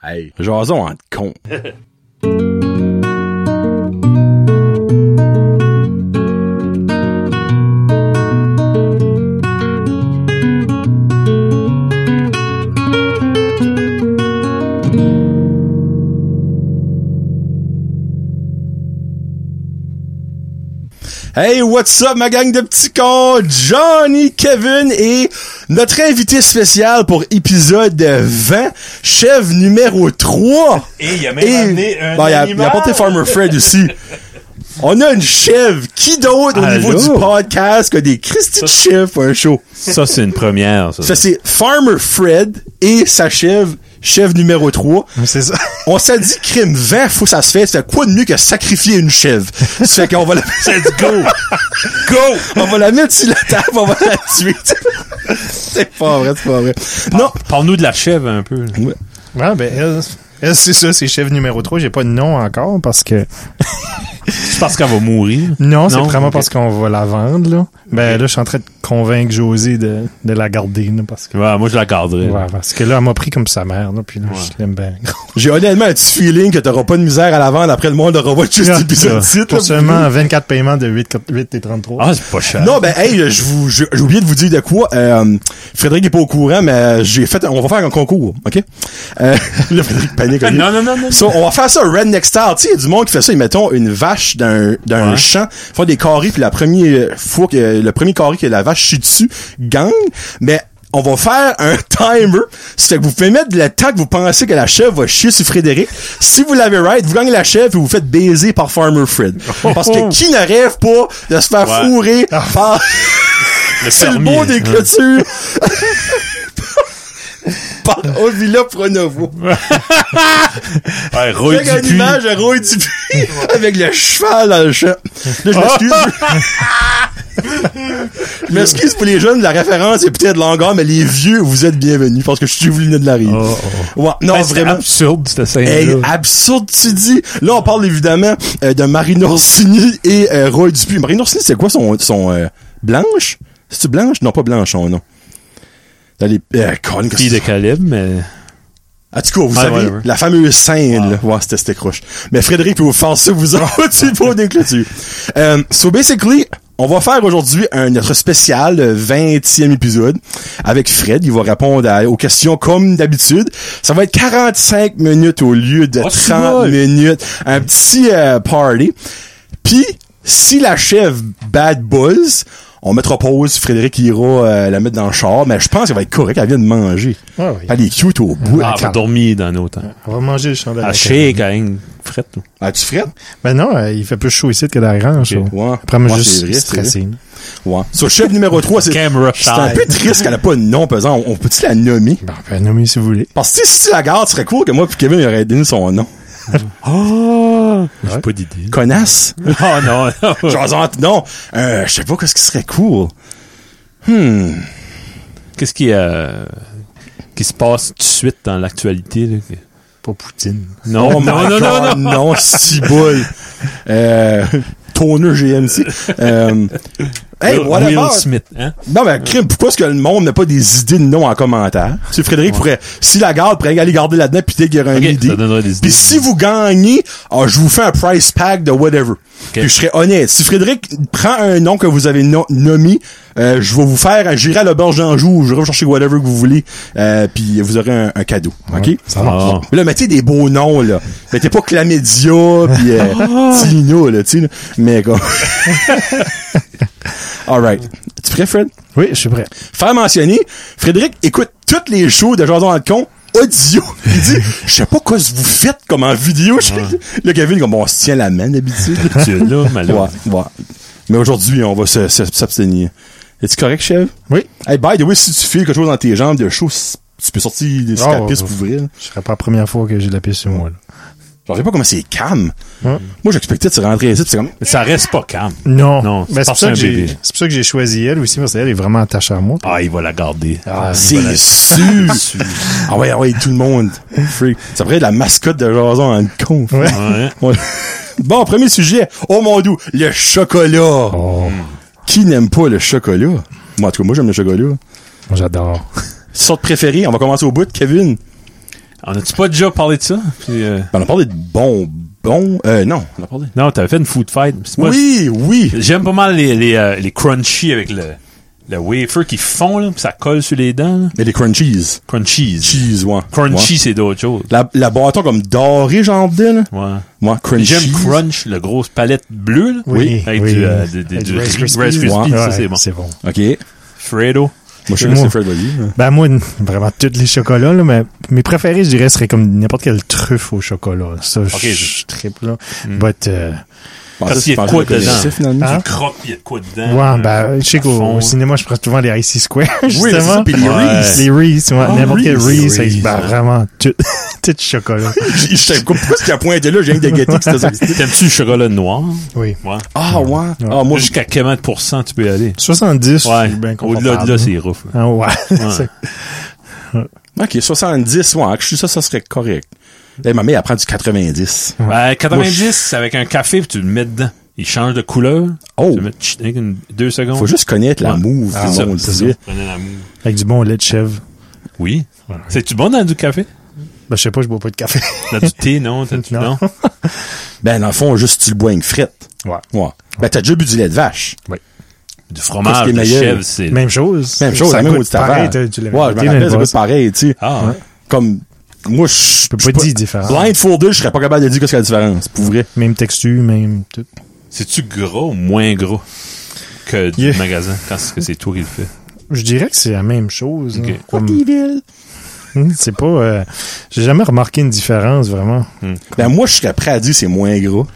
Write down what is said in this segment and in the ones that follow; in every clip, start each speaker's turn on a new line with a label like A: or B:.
A: Hey, jason en con. Hey, what's up ma gang de petits cons? Johnny, Kevin et notre invité spécial pour épisode 20, chef numéro 3.
B: Et il a même amené un
A: bon, ben, il a- il a
B: animal.
A: apporté Farmer Fred aussi. On a une chèvre. Qui d'autre au niveau du podcast que des Christy de chèvres pour un show?
C: Ça, c'est une première. Ça,
A: Ça, c'est Farmer Fred et sa chèvre, chèvre numéro 3.
D: C'est ça.
A: On s'est dit, crime 20, faut que ça se fait. C'est quoi de mieux que sacrifier une chèvre? Ça fait qu'on va la... go! go! On va la mettre sur la table, on va la tuer. c'est pas vrai, c'est pas vrai. Non!
C: Parle-nous de la chèvre un peu.
D: Ouais, ben, elle, elle, c'est ça, c'est chef numéro 3. J'ai pas de nom encore parce que.
C: C'est parce qu'elle va mourir.
D: Non, c'est vraiment
C: ok.
D: parce qu'on va la vendre, là. Ben, là, je suis en train de convaincre José de, de la garder, là, parce que.
C: Ouais, moi, je la garderais.
D: Ouais, parce que là, elle m'a pris comme sa mère, là, puis là, je l'aime bien.
A: J'ai honnêtement un petit feeling que t'auras pas de misère à la vendre après le monde aura watché juste l'épisode
D: Ah, Ça,
A: 7,
D: Pour
A: là.
D: seulement 24 paiements de 8, 8 et 33.
C: Ah, c'est pas cher.
A: Non, ben, hey, je vous, je- j'ai oublié de vous dire de quoi. Euh, Frédéric est pas au courant, mais j'ai fait, on va faire un concours, ok? Euh, là, Frédéric panique. ok?
C: Non, non, non, non.
A: So, on va faire ça redneck style. Tu sais, il y a du monde qui fait ça. Ils mettons une vache d'un, d'un
C: Ouais.
A: champ, font des carrés, puis la première fois que, le premier carré que la vache chie dessus gagne. Mais, on va faire un timer. C'est que vous pouvez mettre le temps que vous pensez que la chèvre va chier sur Frédéric. Si vous l'avez right, vous gagnez la chèvre et vous faites baiser par Farmer Fred. Parce que qui ne rêve pas de se faire
C: Oh. Ouais. Ah. hein.
A: fourrer par c'est le mot des clôtures. Par Ovila Pronovo.
C: Ouais, Roy
A: Fait une
C: Dupuis.
A: image à Roy Dupuis avec le cheval dans le champ. Là, je m'excuse. je m'excuse pour les jeunes, la référence est peut-être longueur, mais les vieux, vous êtes bienvenus. parce que je suis vous venez de la rive.
C: Oh,
A: Ouais, non,
C: Hey, c'était
A: vraiment.
C: absurde, cette
A: Hey,
C: scène-là.
A: absurde, tu dis. Là, on parle évidemment euh, de Marine Orsini et euh, Roy Dupuis. Marine Orsini, c'est quoi son, son euh, blanche? C'est-tu blanche? Non, pas blanche, son nom. Dans les, euh, Colin, qu'est-ce
C: Fille
A: que
C: de calibre, mais...
A: en tout cas, vous
C: Ouais,
A: savez,
C: ouais, ouais.
A: la fameuse scène, là. Ouais, c'était, c'était croche. Mais Frédéric peut vous faire ça, vous en tu pour des clôtures. Euh, so basically, on va faire aujourd'hui un, notre spécial, le 20e épisode, avec Fred. Il va répondre à- aux questions comme d'habitude. Ça va être 45 minutes au lieu de
C: Oh, c'est
A: 30
C: bon.
A: minutes. Un petit euh, party. Puis, si la chef bad buzz, on mettra pause, Frédéric ira euh, la mettre dans le char, mais je pense qu'elle va être correcte, elle vient de manger.
D: Ouais, ouais.
A: Elle est cute au bout.
C: Ah, elle va dormir hein. dans nos temps.
D: On va manger le chandail.
C: Elle shake, elle une frette. nous.
A: Ah, tu frettes?
D: Ben non, euh, il fait plus chaud ici que dans la range.
C: Ok.
D: ça.
A: Ouais.
D: Après, moi,
A: Ouais, c'est
D: juste
A: vrai, c'est
D: stressé.
A: Ouais. Sur chef numéro 3, c'est,
C: Camera
A: c'est un
C: shy.
A: peu triste qu'elle a pas de nom pesant. On peut-tu la nommer?
D: Bon, ben, nommez si vous voulez.
A: Parce que si tu la gardes, ce serait cool que moi puis Kevin il aurait donné son nom. Ah!
C: Oh! J'ai pas d'idée.
A: Connasse?
C: Oh non, non.
A: Jason, non. Euh, je sais pas qu'est-ce qui serait
C: Oh
A: cool.
C: Qu'est-ce qui, euh, qui se passe tout de suite dans l'actualité? là, que-
D: Pas Poutine.
A: Oh
C: Non, non, non, non, non.
A: Non, si boule. Euh, tourneur GMC. Euh, hey,
C: Will-
A: whatever.
C: Will Smith, hein?
A: Non, mais crime, pourquoi est-ce que le monde n'a pas des idées de noms en commentaire? Si Frédéric pourrait, si la garde pourrait aller garder là-dedans pis dès qu'il y aurait
C: Ok,
A: une idée.
C: ça donnerait des idées.
A: Puis si vous gagnez, ah, je vous fais un price pack de whatever. Puis je serais honnête. Si Frédéric prend un nom que vous avez no- nommé, euh, je vais vous faire, j'irai à l'auberge d'Anjou, ou j'irai vous chercher whatever que vous voulez, euh, puis vous aurez un, un cadeau. OK? Ah.
D: Ça
C: marche.
A: Mais Là, mais tu sais, des beaux noms, là. Mais t'es pas Clamédia, puis euh, Tino, là, tu sais. là. Mais, quoi. Alright. Tu prêt, Fred?
D: Oui, je suis prêt.
A: Faire mentionner, Frédéric écoute toutes les shows de Jason Halcon audio. Il dit, je sais pas quoi vous faites comme en vidéo. Là, Kevin, comme, on se tient la main d'habitude.
C: Tu es là,
A: ouais,
C: malheureux.
A: ouais. Mais aujourd'hui, on va se- se- s'abstenir. Es-tu correct, chef?
D: Oui.
A: Hey, by the way, si tu files quelque chose dans tes jambes de show, si- tu peux sortir des
D: Ah, ouais,
A: scapistes
D: ouais.
A: pour ouvrir.
D: Je serais pas la première fois que j'ai de la piste sur moi, là.
A: Genre, je sais pas comment c'est calme.
D: Ouais.
A: Moi, j'expectais de se rentrer ici, pis c'est comme,
D: Ben,
C: Mais ça reste pas calme.
D: Non.
C: Non,
D: Ben,
C: c'est
D: c'est pour
C: parce
D: ça
C: que
D: que
C: c'est un
D: j'ai-
C: bébé.
D: c'est pour ça que j'ai choisi elle aussi, parce qu'elle est vraiment attachée à moi.
C: Ah, il va la garder.
D: Ah,
A: c'est sûr! ah ouais, ah ouais, tout le monde. Freak. Ça pourrait être la mascotte de Jason en con.
D: Ouais.
C: Ouais.
A: Ouais. Bon, premier sujet. Oh mon doux, le chocolat.
C: Oh.
A: Qui n'aime pas le chocolat? Moi, en tout cas, moi, j'aime le chocolat.
D: J'adore.
A: Sorte préférée, on va commencer au bout de Kevin.
C: On a-tu pas déjà parlé de ça? Puis, euh,
A: Ben, on a parlé de bonbons. Euh, non, on a parlé.
C: Non, t'avais fait une food fight. C'est moi,
A: Oui, oui.
C: J'aime pas mal les, les, euh, les crunchy avec le, le wafer qui fond, là, puis ça colle sur les dents. là.
A: Mais les crunchies.
C: Crunchies.
A: Cheese, ouais.
C: Crunchy,
A: Ouais.
C: c'est d'autres choses.
A: La, la bâton comme dorée, j'en dis, là.
C: Ouais.
A: Ouais, crunchy.
C: J'aime crunch, le grosse palette bleue, là.
D: Oui,
C: Avec
D: oui.
C: du, euh, de- de-
D: Avec
C: du
D: du Rice
C: riz-
D: Krispies.
C: Rice Krispies,
A: Ouais.
C: ça,
D: Ouais,
C: c'est bon.
D: C'est bon.
A: OK. Moi,
C: Fredo.
A: je suis
D: Moi-
A: resté Fred vas-y, là.
D: Ben moi, n- vraiment tous les chocolats, là, mais mes préférés, je dirais, seraient comme n'importe quelle truffe au chocolat. Ça, je-
C: je- Hmm.
D: je triple là. But, euh,
A: Je pensais-
C: Parce qu'il y a
A: je pensais
C: quoi
A: que je connaissais,
C: dedans?
A: finalement.
D: Hein?
C: Tu croques, il y a de quoi dedans.
D: ouais,
C: euh,
D: ben, je sais
C: à
D: qu'au
C: fond.
D: au cinéma, je prends souvent les Icy Square,
A: Oui, c'est ça,
D: justement.
A: pis les
C: Ouais.
A: Reese.
D: les Reese, ouais,
A: Ah,
D: n'importe quel
A: Reese.
D: Reese, avec, ben,
C: Reese.
D: vraiment, tout, tout chocolat.
A: Je sais pas pourquoi ce point était là, j'ai rien que de gâter que c'était ça.
C: T'aimes-tu le chocolat noir?
D: Oui.
C: Ouais.
A: Ah, ouais. Ah, moi,
C: Moi, jusqu'à combien de pourcents tu peux y aller?
D: 70, je
C: Ouais.
D: suis bien
C: Au-delà
D: confortable.
C: de là, c'est rough. là.
D: Ah, ouais.
C: Ouais.
A: Ok, 70, ouais, je suis ça, ça serait correct. Là, ma mère, elle prend du 90.
C: Ben, 90, avec un café, puis tu le mets dedans. Il change de couleur.
A: Oh!
C: Tu le mets tch, avec une- deux secondes.
A: Faut juste connaître la
C: Ouais.
A: move
D: Ah,
A: du
D: ça,
A: monde,
D: c'est
A: tu sais.
C: Prenez la mou.
D: avec du bon lait de chèvre.
C: Oui.
D: Ouais, ouais.
C: C'est-tu bon dans du café?
D: Ben, je sais pas, je bois pas de café.
C: Dans du thé, non? T'as du-
D: Non.
C: non?
A: Ben, dans le fond, juste tu le bois une frite.
D: Ouais.
A: Ouais. Ben, t'as déjà bu du lait de vache.
C: Du
A: Qu'est-ce qui
C: fromage,
A: est
C: de
A: meilleur?
C: chèvre, c'est...
D: Même chose.
A: Même chose,
D: ça
A: la même
D: goûte
A: au
D: pareil,
A: pareil.
D: t'as-
A: Ouais,
D: tu
A: je
D: l'avais
A: me
D: goûté dans le
A: rappelle, ça
D: boss.
A: goûte pareil, tu sais.
C: Ah, ouais.
A: Comme, moi, je je suis
D: peux pas dire différence.
A: Blindfolded, je serais pas capable de dire qu'est-ce qu'il y a de différence, pour vrai.
D: Même texture, même tout.
C: C'est-tu gras ou moins gras que du
D: Yeah.
C: magasin quand c'est que c'est toi qui le fais?
D: Je dirais que c'est la même chose.
C: Ok.
D: hein. Comme- Hmm, c'est pas. euh, J'ai jamais remarqué une différence vraiment.
A: Ben, moi, je serais prêt à dire c'est moins gras.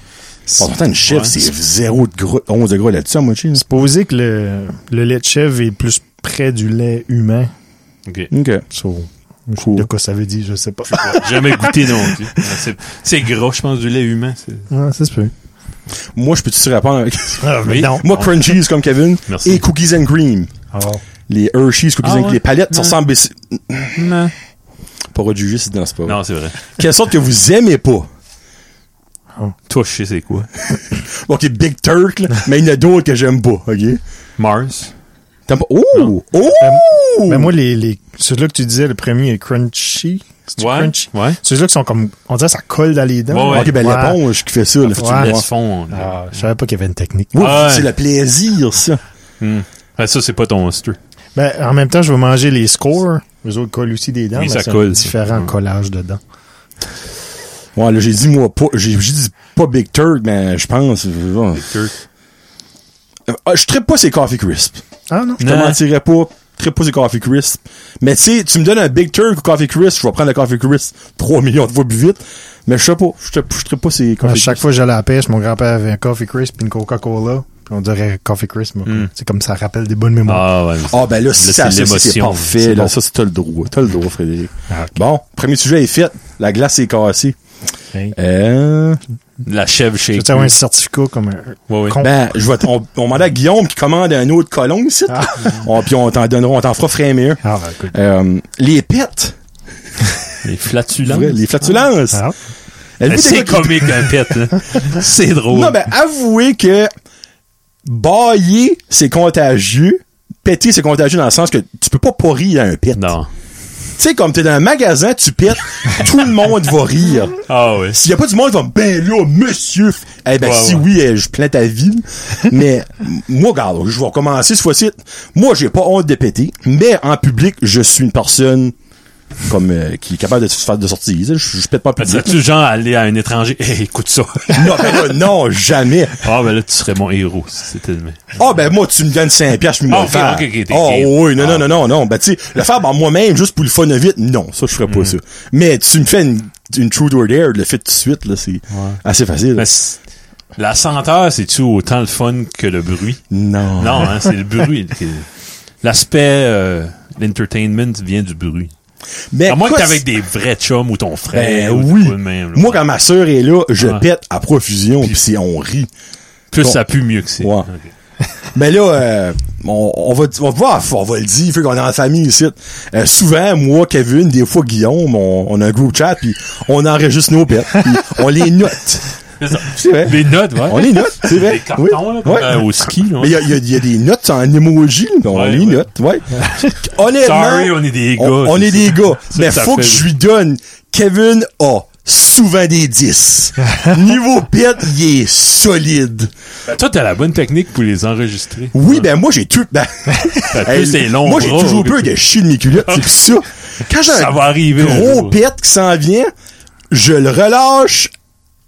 A: Pourtant, une chèvre,
C: Ouais.
A: c'est zéro de gras, 11 de gras là-dessus, moi, tu sais.
D: Supposé que le, le lait de chèvre est plus près du lait humain.
C: OK.
A: Ok.
D: So, je-
A: Cool.
D: De quoi ça veut dire, je sais pas.
C: Jamais goûté non plus. Ouais, c'est- C'est gras, je pense, du lait humain. c'est-
D: Ah, ça se peut.
A: Moi, je peux-tu te répondre avec...
D: Ah, mais
C: Oui.
D: non.
A: Moi, Crunchies comme Kevin.
C: Merci.
A: Et Cookies and Cream.
D: Alors,
A: Les Hershey's, Cookies
C: Ah
A: and
C: ouais?
A: Les palettes, ça
C: Ouais.
A: ressemble... ici-
C: Non.
A: Pas rejuger, c'est dans ce pas. vrai.
C: Non, c'est vrai.
A: Quelle sorte que vous aimez pas.
C: Toi, je sais c'est quoi.
A: OK, Big Turk, là, mais il y en a d'autres que j'aime pas, OK?
C: Mars.
A: T'aimes pas... Oh! Oh!
D: mais Ben, moi, les, les, ceux-là que tu disais, le premier est crunchy. C'est
C: Ouais.
D: crunchy.
C: Ouais.
D: Ceux-là qui sont comme. On dirait que ça colle dans les dents.
C: Ouais, ouais.
A: OK, ben
D: Ouais.
A: l'éponge qui fait ça, là.
D: Ouais.
A: Ouais.
C: Laisse fond. là.
D: Ah, je savais pas qu'il y avait une technique.
A: Ouf,
C: Ouais.
A: C'est le plaisir, ça.
C: Hmm. Ah, ça, c'est pas ton monster.
D: Ben, en même temps, je vais manger les scores. Les autres collent aussi des dents,
C: Oui,
D: mais
C: ça
D: c'est
C: colle,
D: un
C: ça.
D: différent
C: Mm.
D: collage dedans.
A: Ouais, là, j'ai dit, moi, pas... J'ai j'ai dit pas Big Turk, mais je pense... Je Ah, je traite pas ces Coffee Crisp.
D: Ah non?
A: Je te
C: Non.
A: mentirais pas. Très pas du Coffee Crisp. Mais tu sais, tu me donnes un Big Turk ou Coffee Crisp, je vais prendre le Coffee Crisp 3 millions de fois plus vite. Mais je sais pas, je te- je traite pas ces
D: À
A: Coffee
D: chaque
A: Crisp.
D: fois que j'allais à la pêche, mon grand-père avait un Coffee Crisp puis une Coca-Cola. Puis on dirait Coffee Crisp. moi.
C: Mm.
D: C'est comme ça rappelle des bonnes mémoires.
C: Ah, ouais. mais
A: Ah ben là, si
C: Là,
A: ça,
C: c'est
A: ça, c'est
C: l'émotion.
A: parfait.
C: C'est
A: Là,
C: bon.
A: ça, c'est t'as le droit. T'as le droit, Frédéric.
D: Ah, ok.
A: Bon, premier sujet est fait. La glace est cassée.
C: Ah,
D: Hey.
A: Euh,
C: La chèvre chez
D: Je vais t'avoir un certificat comme un
C: Ouais, ouais.
D: con.
A: ben, je vais t- on, on demande à Guillaume qui commande un autre colon ici. Oh, puis on t'en donnera, on t'en fera frémir.
D: Ah, ben, écoute.
A: Euh, les pets,
C: Les
A: pour
C: flatulences. Eh,
A: vrai, les flatulences.
D: Ah,
A: Êtes-vous
C: Ben, C'est
A: des gars qui-
C: comique, un pet. hein. C'est drôle.
A: Non, ben, avouez que bailler, c'est contagieux. Péter, c'est contagieux dans le sens que tu peux pas pas rire à un pet. Tu
C: Non.
A: sais, comme t'es dans un magasin, tu pètes, tout le monde va rire.
C: Ah, ouais.
A: S'il y a pas du monde, qui va me, ben là, monsieur. f- Eh ben,
C: Ouais,
A: si
C: ouais.
A: oui, eh, je plains ta ville. mais, m- moi, regarde, je vais commencer cette fois-ci. Moi, j'ai pas honte de péter, mais en public, je suis une personne comme euh, qui est capable de se faire de sorties. Je, je pète pas en
C: Ben,
A: public.
C: Serais-tu genre aller à un étranger? Hey, écoute ça.
A: non, ben là, non, jamais.
C: Ah, ben là, tu serais mon héros, si c'était le même.
A: Ah ben moi tu me donnes 5 piastres, je me
C: Ah,
A: le
C: ok,
A: faire.
C: ok, ok, t'es
A: oh
C: game.
A: oui, non non
C: Ah.
A: non non non, ben tu sais, le faire par moi-même juste pour le fun of it, non, ça je ferais
C: Hmm.
A: pas ça. Mais tu me fais une, une true or dare, le fait tout de suite là, c'est assez facile.
C: Mais c- la senteur, c'est-tu autant le fun que le bruit?
A: non.
C: Non, hein, c'est le bruit. qui- L'aspect, euh, l'entertainment vient du bruit.
A: Mais
C: À moins que
A: quoi,
C: t'es avec des vrais chums ou ton frère.
A: Eh, ben
C: ou
A: oui.
C: quoi de même, là.
A: moi quand ma sœur est là, je
C: Ah.
A: pète à profusion puis c'est on rit.
C: Plus ça pue, mieux que c'est.
A: Ouais.
C: Ok.
A: Mais là euh, on, on va on va voir, on va le dire, fait qu'on est en famille ici. Euh, souvent moi Kevin, des fois Guillaume, on, on a un group chat puis on enregistre nos pets, puis on les note.
C: C'est ça.
A: C'est vrai.
C: Les notes, ouais.
A: Ah, On les note, c'est vrai.
C: Des cartons,
A: Oui.
C: là, comme,
A: Ouais.
C: euh, au ski, là.
A: Mais il y a, y a- y a des notes en emoji, là, on
C: Ouais,
A: les
C: ouais.
A: note, ouais. Honnêtement,
C: Sorry, on est des gars.
A: on, on est des gars,
C: ça
A: mais
C: que ça
A: faut
C: fait,
A: que
C: là.
A: je lui donne Kevin a souvent des 10. Niveau pète, il est solide.
C: Ben, toi, t'as la bonne technique pour les enregistrer.
A: Oui, ben moi, j'ai tout... Ben,
C: T'as
A: Hey,
C: plus tes longs
A: moi, j'ai
C: bras,
A: toujours
C: que
A: peur
C: tu-
A: de chier de mes culottes, c'est pis ça. Quand j'ai
C: Ça
A: un
C: va arriver un
A: gros
C: jour.
A: pet qui s'en vient, je le relâche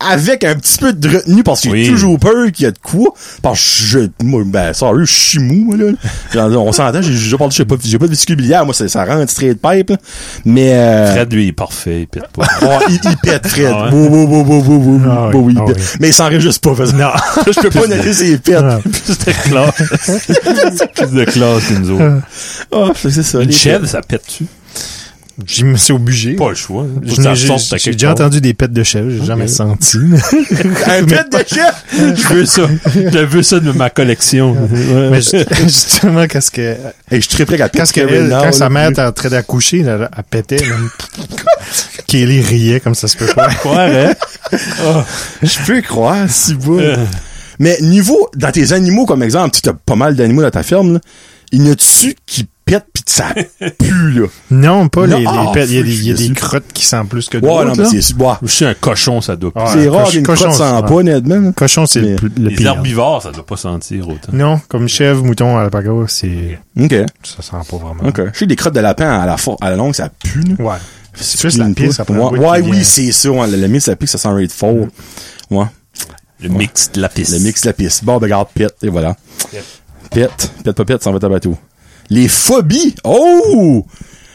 A: avec un petit peu de retenue parce que j'ai
C: Oui.
A: toujours peur qu'il y a de quoi. Parce que je, moi, ben, ça je suis mou, moi, là. J'en- on s'entend, j'ai déjà parlé, j'ai pas, j'ai pas de vésicule biliaire, moi, ça, ça rentre straight pipe, là. Mais, euh,
C: Fred, lui, il est parfait, il pète pas.
A: bon, il, il pète, Fred.
C: Ah ouais?
A: Bou, bou, bou, bou, bou, bou,
D: Ah oui,
A: bou, il
D: ah
A: pète.
D: oui.
A: Mais il s'enregistre pas, parce que
C: non,
A: je peux pas noter ses pètes.
D: Ah.
C: c'était classe. plus de classe que nous autres.
A: Ah, c'est ça.
C: Une
A: les
C: chèvre, ça pète-tu?
D: J'y me suis obligé.
C: Pas le choix. hein. Faut
D: Je
C: que ça
D: n'ai- J'ai
C: sorte à
D: j'ai
C: quelque
D: déjà
C: part.
D: entendu des pets de chèvre, j'ai jamais senti.
A: pètes. Un pète de chef!
C: Je veux ça. Je veux ça de ma collection.
D: Mais ju- justement, quand, ce que,
A: Et je triperais qu'à
D: quand, ce que elle-
A: Reynolds,
D: quand sa
A: là,
D: mère était en train d'accoucher, là, elle, pétait. là. Kelly riait comme ça se peut pas.
C: Croire, hein?
A: Je peux croire, si bon.
C: Euh.
A: Mais niveau, dans tes animaux, comme exemple, tu as pas mal d'animaux dans ta ferme, là, il y en a-tu qui pètent pis que ça pue, là?
D: Non, pas
A: Non,
D: les, les
A: ah,
D: pets. Il y a des, il y a
A: je suis déçu.
D: des crottes qui sentent plus que
A: Ouais,
D: d'autres.
A: non, mais
D: là.
A: c'est, ouais.
C: Je suis un cochon, ça doit pas.
D: Ah,
A: c'est rare
D: coche-
A: qu'une
D: cochon,
A: crotte sans
D: ça.
A: pas, honnêtement. là.
D: Cochon, c'est le,
A: Mais-
D: plus- le
C: Les
D: pire.
C: herbivores, ça doit pas sentir autant.
D: Non, comme chèvre, mouton, alpaga, c'est
A: OK,
D: ça sent pas vraiment.
A: OK. Je sais que des crottes de lapin à la, for- à la longue, ça pue, là.
D: Ouais. C'est juste
A: Pue
D: la
A: une
D: pire,
A: poule.
D: ça prend un
A: Ouais,
D: bout
A: ouais,
D: qui
A: oui,
D: vient.
A: c'est ça. ouais, le mien, ça pique, ça sent rate fort. Ouais.
C: Le mix de la piste.
A: Le mix de la piste. Bon, ben, regarde, pète, et voilà.
C: Pète.
A: Pète, pète pas pète, ça va tabatou. Les phobies! Oh!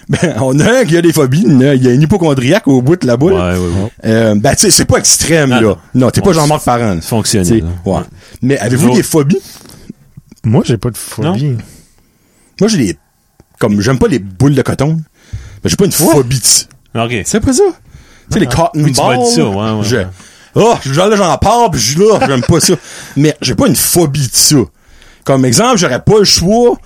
A: Ben, on a un qui a des phobies, il y en a- il y a un hypochondriaque au bout de la boule.
C: Ouais, ouais, ouais.
A: Euh, ben, tu sais, c'est pas extrême,
C: Non,
A: là.
C: non.
A: Non, t'es pas
C: Ouais,
A: Jean-Marc Parent. là.
C: fonctionnel,
A: T'sais,
C: hein.
A: Ouais.
C: Ouais.
A: Mais avez-vous
C: Nous
A: des
C: autres-
A: phobies?
D: Moi, j'ai pas de phobie.
A: Moi, j'ai des, comme, j'aime pas les boules de coton. Ben, j'ai pas une phobie, tu
C: OK.
A: C'est pas ça? Tu sais, les cotton
C: Ah, Oui, tu m'as
A: balls,
C: dit ça, ouais, ouais.
A: Je, oh, je- là, j'en parle, pis je là, j'aime pas ça. Mais j'ai pas une phobie de ça. Comme exemple, j'aurais pas le choix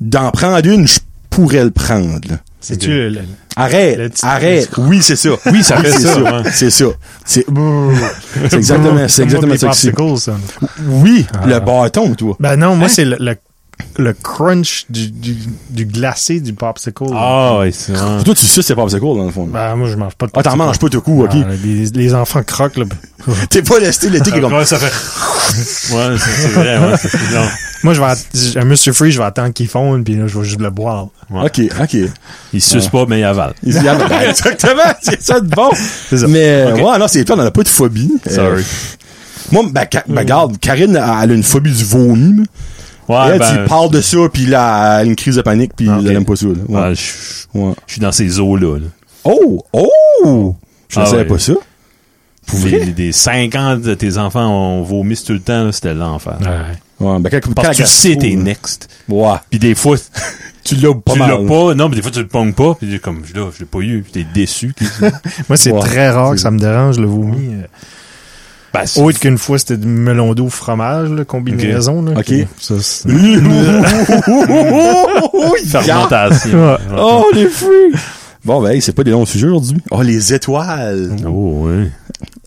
A: d'en prendre une, je pourrais le prendre, là.
D: C'est-tu le- le- Le
A: Arrête,
D: petit-
A: arrête. Oui, c'est ça.
C: Oui, ça hein. fait
A: c'est hein.
C: ça,
A: ça.
C: ouais.
A: C'est ça. C'est, c'est exactement, c'est
D: Moi,
A: exactement
D: mes
A: ça que c'est.
D: popsicles, ça.
A: Oui,
C: Ah.
A: le bâton, toi.
D: Ben non, moi, c'est le, le, le crunch du, du, du glacé du popsicle.
C: Ah, ouais, Bah, c'est vrai.
A: Toi, tu suces tes popsicles, dans le fond.
D: Ben, moi, je mange pas de
A: Ah, t'en
D: popsicle.
A: manges pas tout coup, ok.
D: Ah, les, les enfants croquent, là.
A: T'es pas lesté l'été qui est comme...
C: Ouais, ça fait. Ouais, c'est c'est vrai, ouais. c'est- c'est long.
D: Moi, je vais, att- un Monsieur Free, je vais attendre qu'il fonde, puis là, je vais juste le boire.
C: Ah, Ouais.
A: OK, OK.
C: Il suce pas, mais il avale.
A: Il se dit, ah, ben, exactement, c'est ça de bon.
D: ça.
A: Mais,
C: Ok.
A: ouais, non, c'est toi, on en a pas de phobie. Euh,
C: Sorry.
A: moi, ben, Ka-
C: Hmm.
A: ben, garde, Karine, elle a une phobie du vomi.
C: Ouais,
A: elle,
C: ben,
A: Eh,
C: Ah,
A: tu parles de ça, puis là, elle a une crise de panique, puis
C: Ok.
A: elle aime pas ça. là. Ouais.
C: ouais, je
A: Ouais.
C: je suis dans ces eaux-là. là.
A: Oh! Oh! Je ne
C: Ah
A: savais
C: ouais.
A: pas ça. Pour vrai?
C: Des, des 50 de tes enfants ont vomi tout le temps, là, c'était l'enfer.
A: Ouais, ben, quand,
C: Parce
A: quand
C: que tu
A: elle
C: sais
A: gastro,
C: t'es
A: là.
C: next.
A: Ouais.
C: Puis des fois,
A: Tu l'as pas
C: tu
A: mal.
C: l'as pas. Non, mais des fois, tu le ponges pas. Puis t'es comme, là, je l'ai pas eu. Puis t'es déçu.
D: Moi, c'est
A: Ouais.
D: très rare que ça me dérange, le vomi. euh.
C: Ben, c'est-
D: Autre qu'une fois, c'était du melon d'eau fromage, là, combinaison, là.
A: Ok.
D: qui- ça, c'est-
A: Fermentation.
C: fermentation.
A: Oh, les fruits! Bon, ben, hey, c'est pas des longs sujets aujourd'hui. Oh, les étoiles!
C: Oh, ouais.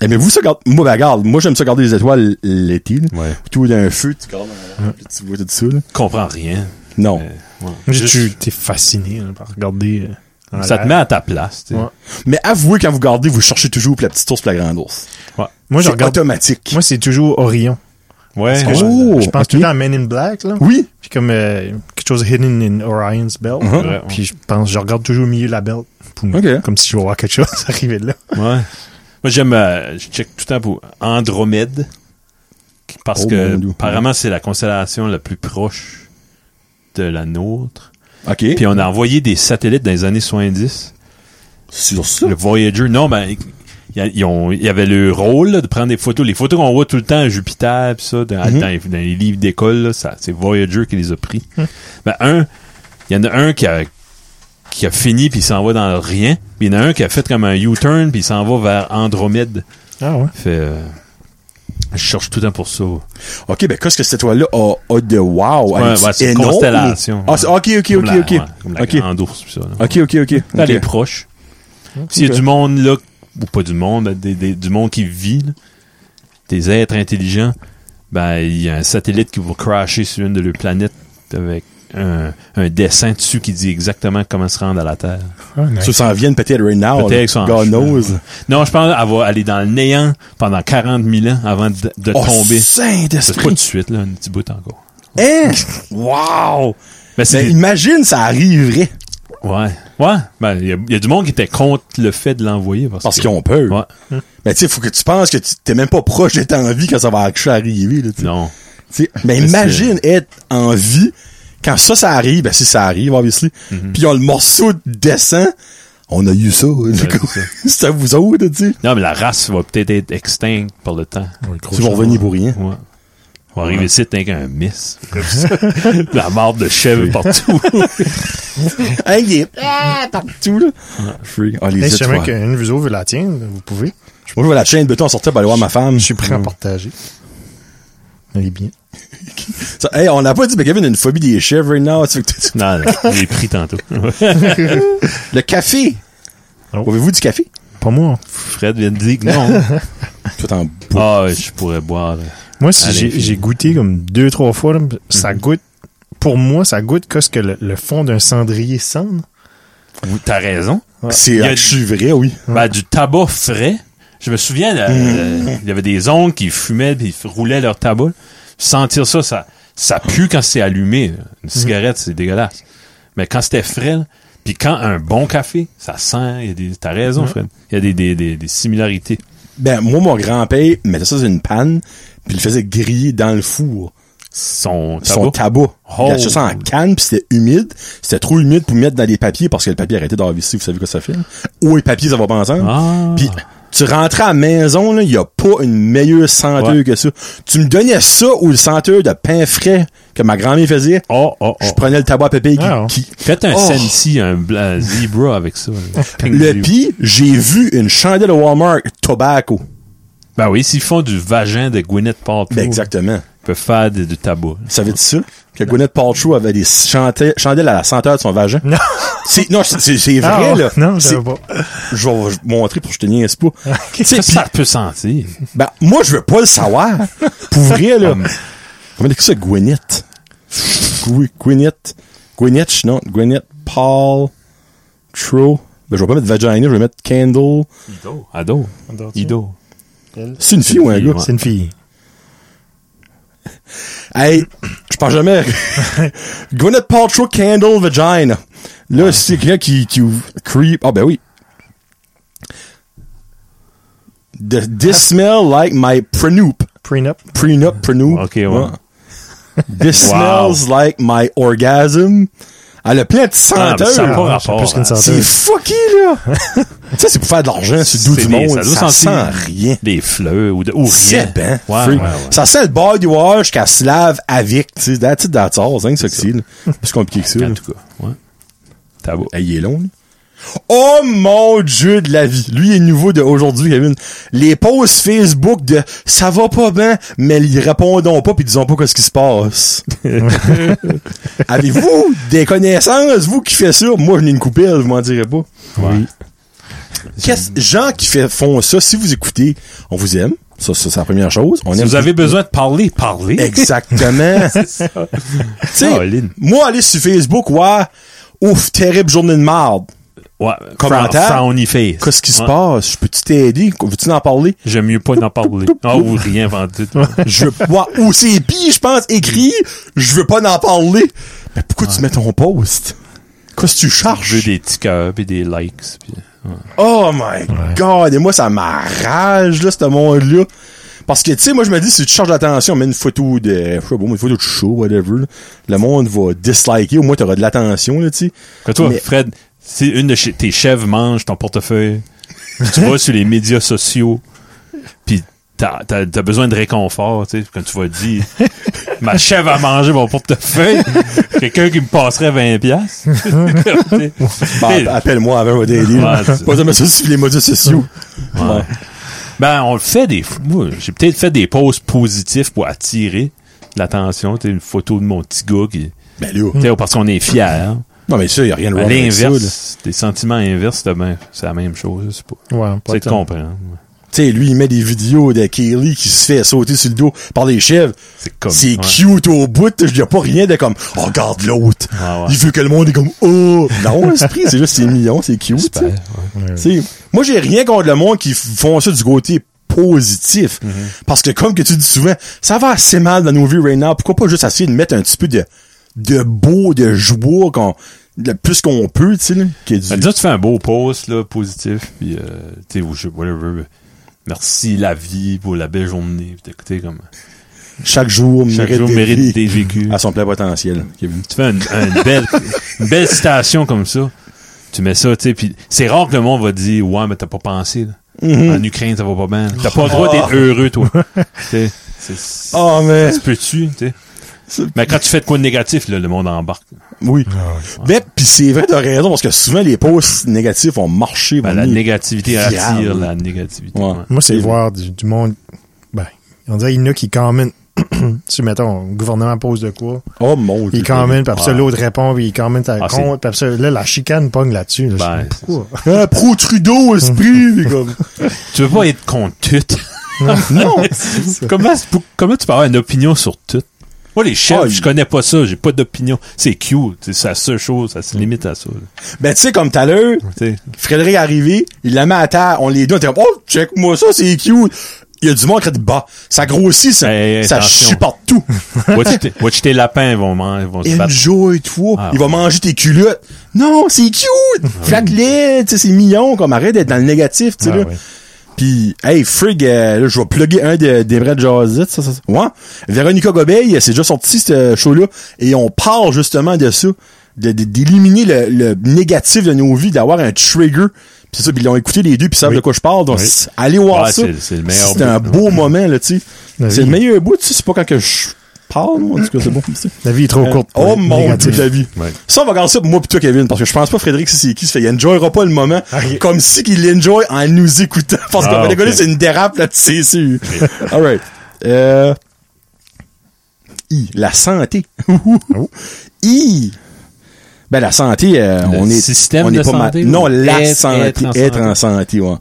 A: Aimez-vous ça? garde- Moi, ben, garde. Moi, j'aime ça garder les étoiles l'été. là.
C: Ouais.
A: Tout d'un feu, tu gardes un- puis tu vois tout ça, là.
C: Comprends rien.
A: Non.
C: Euh, ouais.
D: Moi, j'ai-
C: Juste-
D: tu- T'es fasciné, là, par regarder. euh, en
C: ça te
D: l'air.
C: met à ta place. tu sais.
D: Ouais.
A: Mais avouez, quand vous gardez, vous cherchez toujours pour la petite ours pour la grande ours.
C: Ouais.
D: Moi, je
A: C'est
D: regarde.
A: automatique.
D: Moi, c'est toujours Orion.
C: Ouais.
A: que
C: ouais.
A: Oh,
D: je pense
A: ok.
D: tout le temps à Men in Black, là.
A: Oui!
D: Puis comme euh, quelque chose hidden in Orion's belt.
A: Mhm.
C: Ouais, ouais.
D: Puis je pense, je regarde toujours au milieu de la belt. Pour-
A: Ok.
D: Comme si je vais voir quelque chose arriver de là.
C: Ouais. Moi, j'aime, euh, je check tout le temps pour Andromède. Parce
A: Oh, mon
C: que,
A: Dieu.
C: apparemment, c'est la constellation la plus proche de la nôtre.
A: OK.
C: Puis on a envoyé des satellites dans les années 70.
A: sur ça.
C: Le Voyager, non, ben, il y a- ils ont- il y avait le rôle là, de prendre des photos. Les photos qu'on voit tout le temps à Jupiter, pis ça, dans,
A: Mhm.
C: dans les, dans les livres d'école, là, ça, c'est Voyager qui les a pris.
A: Hein.
C: Ben, un, il y en a un qui a, qui a fini, puis il s'en va dans le rien. Puis il y en a un qui a fait comme un U-turn, puis il s'en va vers Andromède.
D: Ah ouais.
C: Fait, euh, je cherche tout le temps pour ça.
A: OK, ben, qu'est-ce que cette étoile-là a, a de wow?
C: Ouais,
A: Elle est
C: ouais, c'est une
A: énorme.
C: constellation.
A: Ah, c'est- OK, OK,
C: Comme
A: OK,
C: la-
A: OK.
C: ouais, comme la
A: OK.
C: grande ours, pis ça. là.
A: OK, OK, OK.
C: Là, elle est
A: OK.
C: proche. S'il y a
A: Ok.
C: du monde là, ou pas du monde, ben, des- des- du monde qui vit, là, des êtres intelligents, ben il y a un satellite qui va crasher sur une de leurs planètes avec un, un dessin dessus qui dit exactement comment se rendre à la Terre.
D: Ah, nice.
A: Ça s'en vient peut-être right now.
C: Peut-être
A: là.
C: qu'ils sont en
A: Oh, God
C: chemin.
A: knows.
C: Non, je pense avoir aller dans le néant pendant 40 000 ans avant de, de
A: Oh,
C: tomber.
A: Saint
C: C'est pas tout
A: d'esprit.
C: de suite, là, un petit bout encore.
A: Hein? Wow!
C: Mais c'est.
A: Mais imagine, ça arriverait.
C: Ouais. Ouais. Ben, il y, a- il y a du monde qui était contre le fait de l'envoyer. Parce,
A: Parce
C: que-
A: qu'ils ont peur.
C: Ouais.
A: Mais tu sais, faut que tu penses que tu- t'es même pas proche d'être en vie quand ça va arriver. Là, tu sais.
C: Non.
A: Tu sais, Mais
C: Mais
A: Ben, imagine être en vie quand ça, ça arrive. Ben, si ça arrive, obviously. Puis on le morceau de dessin. Mhm. On a eu ça. du coup. C'est à vous autres, tu sais.
C: Non, mais la race va peut-être être extincte par le temps.
A: Tu vas revenir pour rien.
C: Ouais. On va arriver ici, t'es qu'un miss. Comme ça. la marde de chèvre partout.
A: Hein, il est ah, partout, là. Free. Ah, les
D: Hey, si
A: étoiles.
D: jamais qu'une de vous veut la tienne, vous pouvez.
A: Moi, je vois la chaîne de béton sortir pour aller voir ma femme.
D: Je suis prêt à partager. Elle est bien.
A: Ça- hey, on n'a pas dit, mais Kevin a une phobie des chèvres right now. Tu- tu-
C: non, non, j'ai pris tantôt.
A: Le café.
D: Oh.
A: Avez-vous du café?
D: Pas moi.
C: Fred vient de dire que non.
A: Tout en bois.
C: Ah, je pourrais boire.
D: Moi, si
C: À
D: j'ai-
C: l'infini.
D: j'ai goûté comme deux, trois fois, là, ça goûte. Pour moi, ça goûte que ce que le, le fond d'un cendrier semble.
C: Vous- T'as raison. Il
A: C'est
C: y a-
A: actuellement vrai, oui.
C: Ben, du tabac frais. Je me souviens,
A: Mm.
C: là, euh, il y avait des oncles qui fumaient puis ils roulaient leur tabac. Sentir ça, ça, ça pue quand c'est allumé. là.
A: Mm.
C: Une cigarette, c'est dégueulasse. Mais quand c'était frais, là, puis quand un bon café, ça sent. il y a des- T'as
A: Mm.
C: raison, Fred. Il y a des, des, des, des similarités.
A: Ben, moi, mon grand-père mettait ça dans une panne, puis il le faisait griller dans le four.
C: Son tabac.
A: Son tabac.
C: Oh.
A: Il achetait ça en canne, puis c'était humide. C'était trop humide pour mettre dans les papiers, parce que le papier arrêtait d'AVC, vous savez quoi ça fait. hein. Eau et papier, ça va pas ensemble.
C: Ah.
A: Puis tu rentrais à la maison, là, il y a pas une meilleure senteur
C: Ouais.
A: que ça. Tu me donnais ça ou le senteur de pain frais que ma grand-mère faisait.
C: Oh, oh, oh.
A: Je prenais le tabac à pépé
D: Ah, oh.
A: qui, qui-
C: Faites un
A: Oh.
C: sensi, un bla- zebra avec ça. là. Pink
A: Le
C: zebra.
A: pis, j'ai vu une chandelle Walmart tobacco.
C: Ben oui, s'ils font du vagin de Gwyneth Paltrow,
A: Ben, exactement.
C: ils peuvent faire de- du tabac.
A: Ça veut dire ça? Que Gwyneth Paltrow avait des chante- chandelles à la senteur de son vagin?
D: Non.
A: C'est, non, c'est, c'est vrai,
D: Ah,
A: là.
D: Non, je
A: C'est-
D: savais pas.
A: je vais vous montrer pour que je te niaise pas. Tu sais,
C: Ça,
A: pis-
C: ça peut sentir.
A: ben, moi, je veux pas le savoir. Pour vrai, là. Comment est-ce que ça, Gwyneth? Gwy- Gwyneth. Gwyneth, non. Gwyneth Paul. Tro. Ben, je vais pas mettre vagina, je vais mettre candle.
C: Ido. Ado. Ido.
A: C'est une fille ou un
C: une
A: gars?
C: fille,
D: C'est une fille.
A: Hey, je pense jamais. Gwyneth Paltrow Candle Vagina. Là, c'est quelqu'un qui, qui ouvre- creep. Ah, ben oui. The- this smell like my prenup.
D: Prenup.
A: Prenup, prenup.
C: Ok, ouais.
A: This
C: Wow.
A: smells like my orgasm. Elle a plein de
C: Ah, mais ça n'a
A: senteurs.
C: pas
D: Ah,
C: rapport.
D: c'est plus qu'une
C: hein.
D: senteur.
A: c'est fucky, là. ça, c'est pour faire de l'argent, c'est doux du
C: C'est
A: monde.
C: des- ça doit
A: Ça,
C: sentir-
A: sent rien.
C: Des fleurs ou, de, ou rien.
A: C'est ben,
C: Ouais,
A: free.
C: ouais, ouais.
A: Ça sent le bord du wash qu'elle se lave avec. Tu sais, that's it, that's all. C'est rien que ça que c'est, là. C'est plus compliqué que ça.
C: En
A: là.
C: tout cas. Ouais. Tabac.
A: Hey, il est long, là. Oh mon dieu de la vie. Lui il est nouveau de aujourd'hui, Kevin. Les posts Facebook de ça va pas bien, mais ils répondent pas puis disons pas qu'est-ce qui se passe. Avez-vous des connaissances, vous qui faites ça? Moi, je n'ai une coupelle, vous m'en direz pas.
C: Oui.
A: Qu'est-ce, gens qui fait- font ça, si vous écoutez, on vous aime. Ça, ça, c'est la première chose. On
C: Si
A: aime
C: vous avez besoin de parler, parlez.
A: Exactement. Tu sais,
C: Caroline.
A: moi, aller sur Facebook, ouais, ouf, terrible journée de marde.
C: Ouais.
A: Commentaire.
C: Frown- Frowny face.
A: Qu'est-ce qui se
C: Ouais.
A: passe? Je peux-tu t'aider? Veux-tu en parler?
C: J'aime mieux pas d'en parler. Ah, ou rien vendu.
A: Je veux pas. Ou c'est pire, je pense, écrit, je veux pas en parler. Mais pourquoi tu mets ton post? Qu'est-ce que tu
C: Je veux
A: charges?
C: des petits cœurs pis des likes. Pis... ouais.
A: Oh my god! Et moi, ça m'arrache, là, ce monde-là. Parce que, tu sais, moi, je me dis, si tu charges l'attention, mets une photo de, je sais pas, une photo de show, whatever, là, le monde va disliker, au moins, t'auras de l'attention, là, tu sais.
C: Que toi,
A: Mais-
C: Fred, si une de che- tes chèvres mange ton portefeuille, tu vas sur les médias sociaux, puis t'as as, besoin de réconfort, tu sais, quand tu vas dire « Ma chèvre a mangé mon portefeuille! » Quelqu'un qui me passerait 20 piastres. Tu sais.
A: Bah, appelle-moi avant, on va t'aider. là.
C: Ouais, c'est-
A: Pas de me sur les modules sociaux. Ouais.
C: Ben, on le fait des fois. Moi, J'ai peut-être fait des pauses positives pour attirer l'attention. Tu sais, une photo de mon petit gars qui...
A: Ben là.
C: tu sais, Parce qu'on est fiers.
A: Non, mais ça, y a rien de
C: À
A: wrong avec ça, là.
C: L'inverse, des sentiments inverses, c'est la même- c'est la même chose. je sais pas.
D: Ouais,
C: C'est
D: pas
C: de
D: tant.
C: comprendre. ouais.
A: Tu Tu sais, lui, il met des vidéos de Kaylee qui se fait sauter sur le dos par des chèvres.
C: C'est comme.
A: C'est
C: ouais.
A: cute au bout, il n'y a pas rien de comme oh, regarde l'autre.
C: Ah, Ouais, ouais.
A: Il veut que le monde est comme oh. Non, l'esprit, c'est juste c'est mignon, c'est cute.
C: Super, ouais.
D: Euh,
A: T'sais, moi, j'ai rien contre le monde qui f- font ça du côté positif.
C: Mm-hmm.
A: Parce que, comme que tu dis souvent, ça va assez mal dans nos vies right now. Pourquoi pas juste essayer de mettre un petit peu de, de beau, de joie, qu'on, le plus qu'on peut, tu sais, là, qui est du-
C: Ben, disons, tu fais un beau post, là, positif, puis, euh, tu sais, ou je- whatever. Merci la vie pour la belle journée. Puis t'écoutes comme.
A: chaque jour
C: Chaque
A: mérite, Ah.
C: jour
A: d'être
C: mérite
A: vécu
C: des vécus.
A: à son plein potentiel, Kevin.
C: Tu fais une, une belle, une belle citation comme ça. Tu mets ça, tu sais, puis c'est rare que le monde va dire, ouais, mais t'as pas pensé, là. En Ukraine, ça va pas bien. T'as pas le droit d'être heureux, toi. Tu sais, c'est-
A: Oh, mais,
C: Tu peux-tu, tu sais. Mais quand tu fais de quoi de négatif, là, le monde embarque.
A: oui. Mais, pis c'est vrai, t'as raison, parce que souvent, les posts négatifs ont marché.
C: Ben,
A: mon
C: la
A: ami.
C: négativité
A: Fiable.
C: attire la négativité.
A: Mm-hmm. Ouais.
C: ouais.
D: Moi, c'est
A: Et-
D: voir du, du monde. Ben, on dirait qu'il y en a qui commentent. si, mettons, le gouvernement pose de quoi.
A: Oh, mon Dieu.
D: Il commente, puis après ça,
C: Ouais.
D: l'autre répond, puis il commente à
C: Ah,
D: la
C: c'est-
D: con, puis après ça, là, la chicane pogne là-dessus. là. Je
C: Ben,
D: sais pas pourquoi?
A: Ah, pro Trudeau, esprit, c'est comme.
C: Tu veux pas être contre tout. non. comment, c'est pour- comment tu peux avoir une opinion sur tout? Moi, les chefs,
A: Ah, il-
C: je connais pas ça, j'ai pas d'opinion. C'est cute, c'est c'est la seule chose, ça se limite à ça. là.
A: Ben, tu sais, comme tout à l'heure,
C: Mm. Tu sais,
A: Frédéric est arrivé, il la met à terre, on les deux, on était comme, oh, check-moi ça, c'est cute. Il y a du monde qui a dit, bah, ça grossit, ça,
C: Hey,
A: ça
C: Ben, attention.
A: supporte tout.
C: Watch tes- watch tes lapins, ils vont, man- ils vont se battre.
A: Enjoy-toi.
C: Ah,
A: il va
C: ouais. Ah,
A: manger tes culottes. Non, c'est cute. Flatte-les, tu sais, c'est mignon, comme arrête d'être dans le négatif, tu sais,
D: Ah,
A: là.
D: ouais.
A: Puis, hey, Frig, euh, là, je vais plugger un de- des vrais jazzistes. Ça, ça, ça. Ouais. Véronica Gobeil, euh, c'est déjà sorti, ce euh, show-là. Et on parle justement de ça, de- de- d'éliminer le, le négatif de nos vies, d'avoir un trigger. Puis c'est ça, puis ils l'ont écouté les deux, puis ils savent
D: Oui.
A: de quoi je parle. Donc,
D: Oui.
A: c- allez voir
C: Ouais,
A: ça.
C: Ah, c'est- c'est le meilleur
A: C'est un
C: bout. Ah,
A: beau moment, là, tu sais.
D: La
A: C'est le
D: vie-
A: meilleur bout, tu sais. C'est pas quand que je parle, moi. En tout cas, c'est bon. tu sais.
D: La vie est trop
A: Euh,
D: courte. pour
A: Oh
D: être
A: mon
D: négative.
A: dieu de la vie.
C: Ouais.
A: Ça, on va garder ça pour moi pis toi, Kevin, parce que je pense pas Frédéric si c'est qui se fait. Il enjoyera pas le moment comme si qu'il l'enjoy en nous écoutant. Parce que
C: Ah,
A: va
C: ok.
A: déconner, c'est une dérape là, c'est sûr. Alright. Euh. I, la santé.
C: Oh.
A: I. Ben, la santé, euh,
C: Le
A: on est.
C: système
A: on est
C: de
A: pas
C: santé
A: Non,
C: ou
A: la
C: être-
A: santé.
C: être en
A: Être en santé, ouais.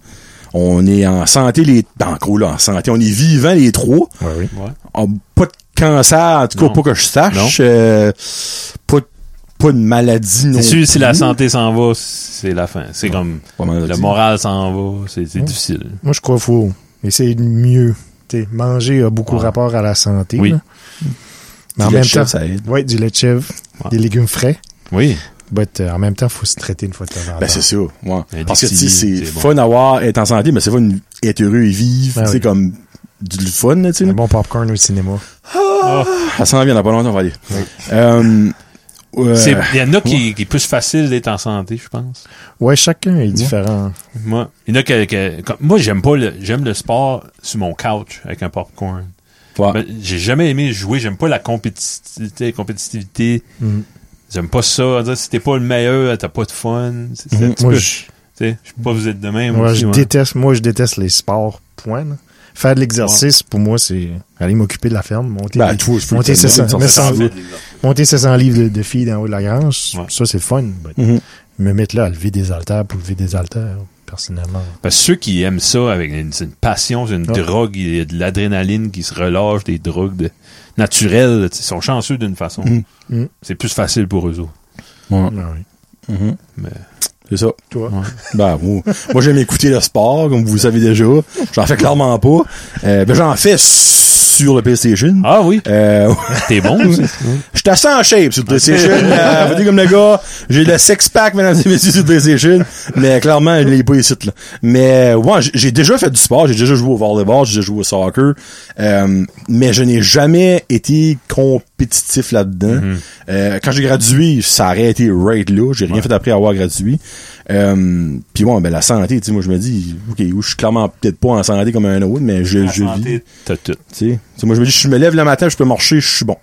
A: On est en santé, les. ben, En gros, là, en santé. On est vivants, les trois.
D: Ouais, oui.
C: Ouais.
A: Oh, pas de cancer, en tout cas,
C: Non.
A: pas que je
C: Non.
A: sache. Euh, pas, de- pas de maladie non
C: C'est sûr, si la
A: plus.
C: santé s'en va, c'est la fin. C'est comme
A: Pas mal
C: le
A: dit.
C: moral s'en va, c'est c'est difficile.
D: Moi, je crois qu'il faut essayer de mieux. T'sais, manger a beaucoup
C: Ouais.
D: rapport à la santé.
C: Oui.
D: là. Mais en
A: Du lait
D: même
A: de chèvre,
D: temps,
A: ça aide.
D: ouais, du lait de chèvre,
C: Ouais.
D: des légumes frais.
C: Oui.
D: But, euh, en même temps, il faut se traiter une fois de temps en temps.
A: Ben, c'est ça, ouais.
C: Un
A: Parce que, tu sais,
C: petit,
A: c'est
C: c'est bon.
A: fun à avoir, être en santé, mais c'est fun être heureux et vivre,
D: Ben
A: tu sais,
D: oui.
A: comme du fun, là, tu sais.
D: Un
A: là.
D: bon popcorn au cinéma.
C: Ah.
A: Ça s'en vient, dans pas longtemps, on va aller. Euh, euh,
C: C'est- Il y en a qui, qui est plus facile d'être en santé, je pense.
D: Ouais, chacun est différent.
C: Moi, il y en a que, que- comme- moi j'aime pas le j'aime le sport sur mon couch avec un popcorn.
A: ouais.
C: Ben, j'ai jamais aimé jouer, j'aime pas la compétitivité, compétitivité. J'aime pas ça, On dirait, si t'es pas le meilleur, t'as pas de fun. C'est- c'est un petit
D: Mm. Moi,
C: peu-
D: je,
C: Tu sais, je sais pas, vous êtes de même.
D: moi,
C: aussi,
D: je
C: ouais.
D: déteste, moi, je déteste les sports, point. là. Faire de l'exercice, pour moi, c'est aller m'occuper de la ferme, monter,
A: Ben, toi, je peux
D: monter,
A: le faire,
D: 700,
A: mais
D: mais
A: ça,
D: sans-
A: ça, ça,
D: monter 700 livres de- de filles en haut de la grange,
C: Ouais.
D: ça, c'est le fun. but
A: Mhm.
D: Me mettre là à lever des haltères pour lever des haltères, personnellement.
C: Parce que ceux qui aiment ça avec une, c'est une passion, c'est une
D: Ouais.
C: drogue, il y a de l'adrénaline qui se relâche, des drogues de- naturelles, tu sais, ils sont chanceux d'une façon.
A: Mhm.
D: Mhm.
C: C'est plus facile pour eux autres.
A: Ouais.
D: Ah oui.
A: Mhm.
C: Mais-
A: C'est ça.
D: Toi.
A: Ben, moi, moi, j'aime écouter le sport, comme vous le savez déjà. J'en fais clairement pas. Euh, ben, j'en fais sur le PlayStation.
C: Ah oui,
A: Euh,
C: t'es bon. aussi.
A: je suis assez en shape sur le PlayStation. euh, vous dites comme le gars, j'ai le six-pack, mesdames et messieurs, sur le PlayStation. Mais clairement, je l'ai pas ici, là. Mais, ouais, j'ai- j'ai déjà fait du sport. J'ai déjà joué au volleyball. J'ai déjà joué au soccer. Euh, mais je n'ai jamais été compétitif là-dedans.
C: Mhm.
A: Euh, quand j'ai gradué, ça aurait été right là. J'ai rien fait après avoir gradué. Euh, Puis bon, ben, la santé, tu sais, moi, je me dis, OK, je suis clairement peut-être pas en santé comme un autre, mais je,
C: La
A: je vis.
C: santé, T'as tout.
A: Tu sais, Tu sais, moi, je me dis, je me lève le matin, je peux marcher, je suis bon.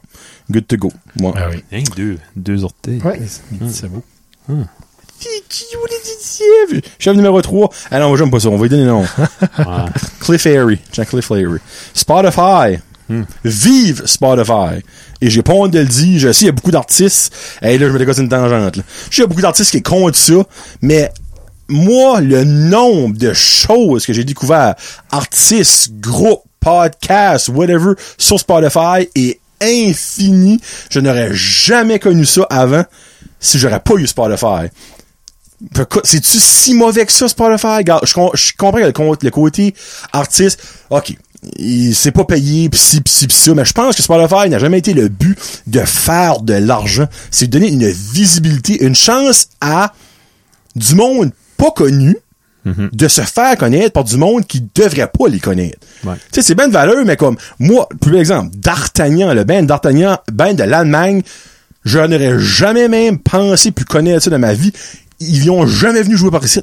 A: Good to go. Moi.
D: Ah oui.
C: Rien que deux, deux orteils.
D: Ouais,
C: Mmh.
D: c'est beau.
A: les Chef numéro 3. Ah non, moi, j'aime pas ça. On va lui donner le nom.
C: Ouais.
A: Cliff Airy. Jean Cliff Airy. Spotify. Vive Spotify. Et j'ai pas honte de le dire. Je sais, il y a beaucoup d'artistes. Et là, je me dégosse une tangente. là. Je sais, il y a beaucoup d'artistes qui sont contre ça, mais moi, le nombre de choses que j'ai découvert, artistes, groupes, podcasts, whatever, sur Spotify est infini. Je n'aurais jamais connu ça avant si j'aurais pas eu Spotify. Fait que, C'est-tu si mauvais que ça, Spotify? Regarde, je, com- je comprends que le, co- le côté artiste, ok, il s'est pas payé, pis si, pis si, pis ça, mais je pense que Spotify n'a jamais été le but de faire de l'argent. C'est de donner une visibilité, une chance à du monde pas connu
C: Mhm.
A: de se faire connaître par du monde qui devrait pas les connaître.
C: Ouais.
A: Tu sais, c'est ben de valeur, mais comme moi, par exemple, D'Artagnan, le band D'Artagnan, band de l'Allemagne, je n'aurais jamais même pensé puis connaître ça dans ma vie. Ils n'ont jamais venu jouer par ici.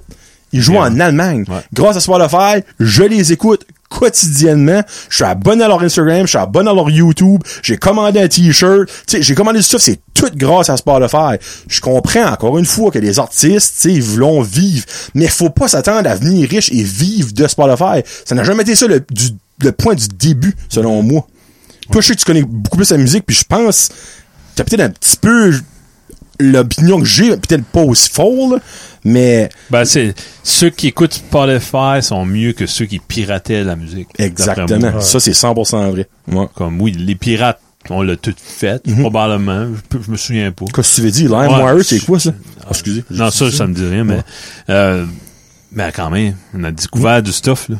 A: Ils jouent
C: Yeah.
A: en Allemagne.
C: Ouais.
A: Grâce à Spotify, je les écoute quotidiennement. Je suis abonné à leur Instagram, je suis abonné à leur YouTube, j'ai commandé un t-shirt, Tu sais, j'ai commandé du stuff, c'est tout grâce à Spotify. Je comprends encore une fois que les artistes, tu sais, ils voulons vivre, mais faut pas s'attendre à venir riche et vivre de Spotify. Ça n'a jamais été ça le, du- le point du début, selon moi. Toi, je sais que tu connais beaucoup plus la musique, puis je pense, t'as peut-être un petit peu l'opinion que j'ai, peut-être pas aussi folle, mais
C: Ben, c'est, ceux qui écoutent Spotify sont mieux que ceux qui pirataient la musique. D'après
A: exactement.
C: moi.
A: Ça, c'est 100% vrai. Ouais.
C: Comme, oui, les pirates, on l'a tout fait,
A: Mhm.
C: probablement. Je, peux- je me souviens pas.
A: Qu'est-ce que tu veux dire? LimeWire,
C: Ouais.
A: c'est quoi ça? Ah, excusez.
C: Non, ça, ça me dit rien, mais, euh, mais quand même, on a découvert du stuff, là.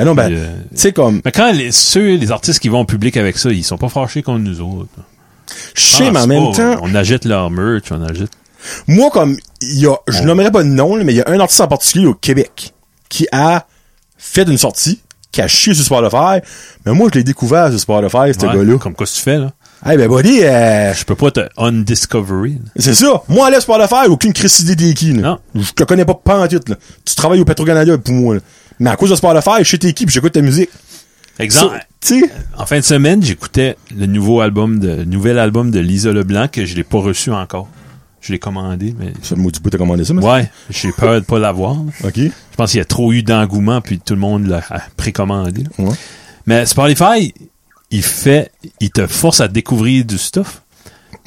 A: Ah non, Mhm. ben,
C: Puis, euh,
A: tu sais, comme,
C: Mais quand les, ceux, les artistes qui vont au public avec ça, ils sont pas fâchés contre nous autres.
A: je sais,
C: Ah,
A: mais en
C: c'est
A: même
C: pas-
A: temps,
C: On agite leur merch, on agite.
A: moi, comme, il y a, je nommerai pas de nom, là, mais il y a un artiste en particulier au Québec qui a fait une sortie, qui a chié sur Spotify, mais moi, je l'ai découvert sur Spotify, ce
C: Ouais,
A: gars-là.
C: Comme quoi tu fais, là.
A: Eh ben, buddy, euh,
C: Je peux pas te undiscovery. là.
A: C'est ça. Moi, allez sur Spotify, aucune crise idée des qui, là.
C: Non.
A: Je te connais pas pantoute, là. Tu travailles au Petro-Canada pour moi, là. Mais à cause de Spotify, je sais t'es qui, puis j'écoute ta musique.
C: Exemple,
A: Ça, Tu sais,
C: en fin de semaine, j'écoutais le nouveau album de, le nouvel album de Lisa Leblanc que je l'ai pas reçu encore. Je l'ai commandé, mais.
A: c'est le mot du bout, t'as commandé ça, mais.
C: Ouais, j'ai peur de pas l'avoir. là.
A: OK.
C: Je pense qu'il y a trop eu d'engouement, puis tout le monde l'a a précommandé. là.
A: Ouais.
C: Mais Spotify, il fait, il te force à découvrir du stuff.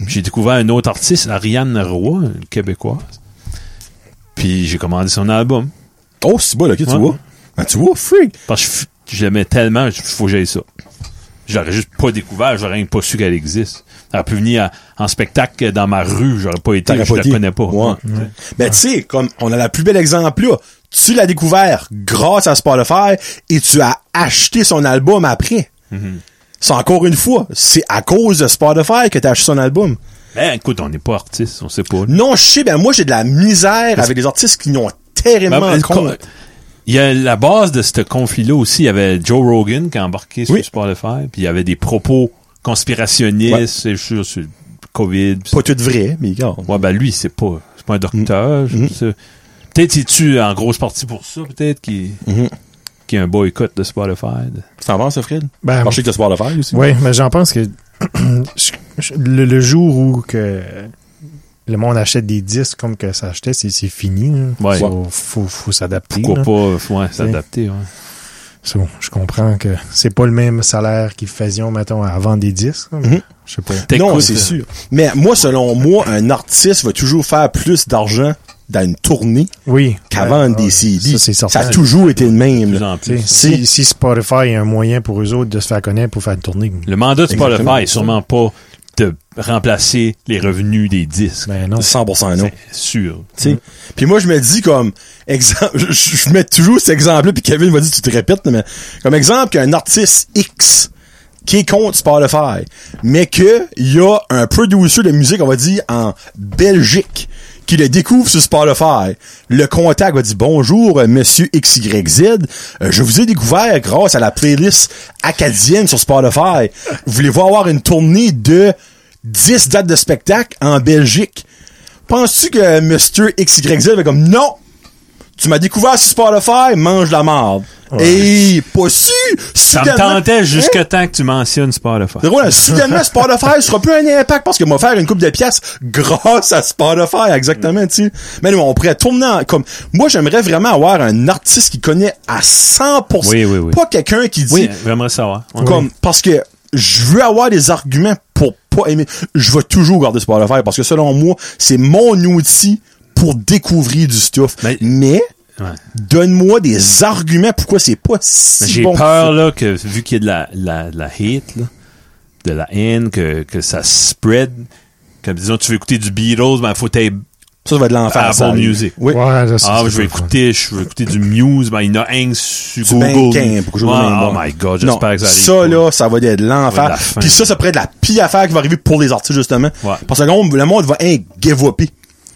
C: J'ai découvert un autre artiste, Ariane Roy, une québécoise. Puis j'ai commandé son album.
A: Oh, c'est bon, là, OK, tu
C: Ouais.
A: vois. Ben, tu vois, freak.
C: Parce que je f- je l'aimais tellement, il faut que j'aille ça. Je l'aurais juste pas découvert, j'aurais même pas su qu'elle existe. Elle a pu venir à- en spectacle dans ma rue, j'aurais pas été,
A: T'aurais
C: je
A: pas
C: la
A: dit.
C: connais pas. Mm.
A: Ouais.
C: Ouais.
A: Ben, tu sais, comme, on a la plus belle exemple, là. Tu l'as découvert grâce à Spotify et tu as acheté son album après. C'est encore une fois, c'est à cause de Spotify que t'as acheté son album.
C: Mais Eh, écoute, on n'est pas artiste, on sait pas.
A: Non, je sais, ben, moi, j'ai de la misère avec les artistes qui n'ont
C: Ben,
A: terriblement
C: ben,
A: compte.
C: Il y a la base de ce conflit-là aussi. Il y avait Joe Rogan qui a embarqué sur
A: Oui.
C: Spotify, puis il y avait des propos conspirationnistes et sur, sur le COVID. puis
A: pas Mm. tout vrai, mais regarde.
C: Ouais, ben lui, c'est pas, c'est pas un docteur. je sais. Peut-être es-tu en grosse partie pour ça, peut-être qu'il
A: Mm-hmm.
C: qu'il y a un boycott de Spotify.
A: Tu t'en penses, Fred?
D: Ben,
A: Marché que t'as sport de faire aussi.
D: Oui, mais j'en pense que je- je- le, le jour où que le monde achète des disques comme que ça achetait, c'est c'est fini. là.
C: Ouais.
D: Faut, faut, faut s'adapter.
C: Pourquoi
D: là.
C: pas faut, ouais, s'adapter? ouais.
D: C'est bon, je comprends que c'est pas le même salaire qu'ils faisaient, mettons, avant des disques. là, mais
C: Mmh.
A: Mhm.
D: Je sais pas.
A: Non,
C: T'écoutes,
A: c'est
C: euh,
A: sûr. Mais moi, selon moi, un artiste va toujours faire plus d'argent dans une tournée
D: Oui.
A: qu'avant
D: Ouais,
A: des
D: ouais,
A: CD.
D: Euh, Ça, c'est
A: Ça,
D: certain.
A: a toujours été le
C: de
A: même.
C: plus
A: là.
C: en
D: Tu sais,
C: plus.
D: Si, si Spotify est un moyen pour eux autres de se faire connaître pour faire une tournée.
C: Le mandat de
A: Exactement.
C: Spotify est sûrement pas de remplacer les revenus des disques.
D: Ben non.
A: 100% non.
C: C'est sûr.
A: Tu sais. Puis moi, je me dis comme exemple, je, je- je mets toujours cet exemple-là, puis Kevin m'a dit, tu te répètes, mais comme exemple qu'un artiste X qui est contre Spotify, mais que il y a un producer de musique, on va dire, en Belgique, qui le découvre sur Spotify. Le contact va dire, bonjour, euh, monsieur XYZ, euh, je vous ai découvert grâce à la playlist acadienne sur Spotify. Voulez-vous avoir une tournée de 10 dates de spectacle en Belgique? Penses-tu que Mr. XYZ va comme non? Tu m'as découvert sur Spotify, mange la marde. Et pas su! Hein?
C: Ça me tentait jusqu'à temps que tu mentionnes Spotify.
A: C'est drôle, hein, soudainement, Spotify sera plus un impact parce que m'a faire une coupe de pièces grâce à Spotify, exactement, tu sais. Mais non, on pourrait tourner en- comme, moi, j'aimerais vraiment avoir un artiste qui connaît à 100%.
C: Oui, oui, oui.
A: Pas quelqu'un qui dit,
C: Ah Oui, j'aimerais savoir. Ouais.
A: comme, parce que je veux avoir des arguments pour pas aimer. Je vais toujours garder Spotify parce que selon moi, c'est mon outil pour découvrir du stuff.
C: Mais-
A: Mais
C: Ouais.
A: donne-moi des arguments pourquoi c'est pas
C: Mais
A: si
C: J'ai
A: bon.
C: peur là, que vu qu'il y a de la, la, de la hate, là, de la haine, que, que ça spread. Comme disons, tu veux écouter du Beatles, ben faut t'aider.
A: Ça, ça va de l'enfer.
C: Apple
A: ça.
C: Music.
A: Oui.
D: Ouais, là, c'est-
C: Ah,
D: c'est hein.
C: je veux
D: pas le fun.
C: écouter, je veux écouter du Muse, ben il y en a un sur
A: Du
C: Google.
A: Bandcamp, quelque chose de
C: Ouais,
A: même,
C: oh
A: bon.
C: my god,
A: Non,
C: j'espère que ça arrive.
A: ça
C: pas.
A: là, ça va être de
C: Ça va être de la
A: l'enfer.
C: fin.
A: Puis ça, ça pourrait être la pire affaire qui va arriver pour les artistes, justement.
C: Ouais.
A: Parce que là, le monde va hein, give up.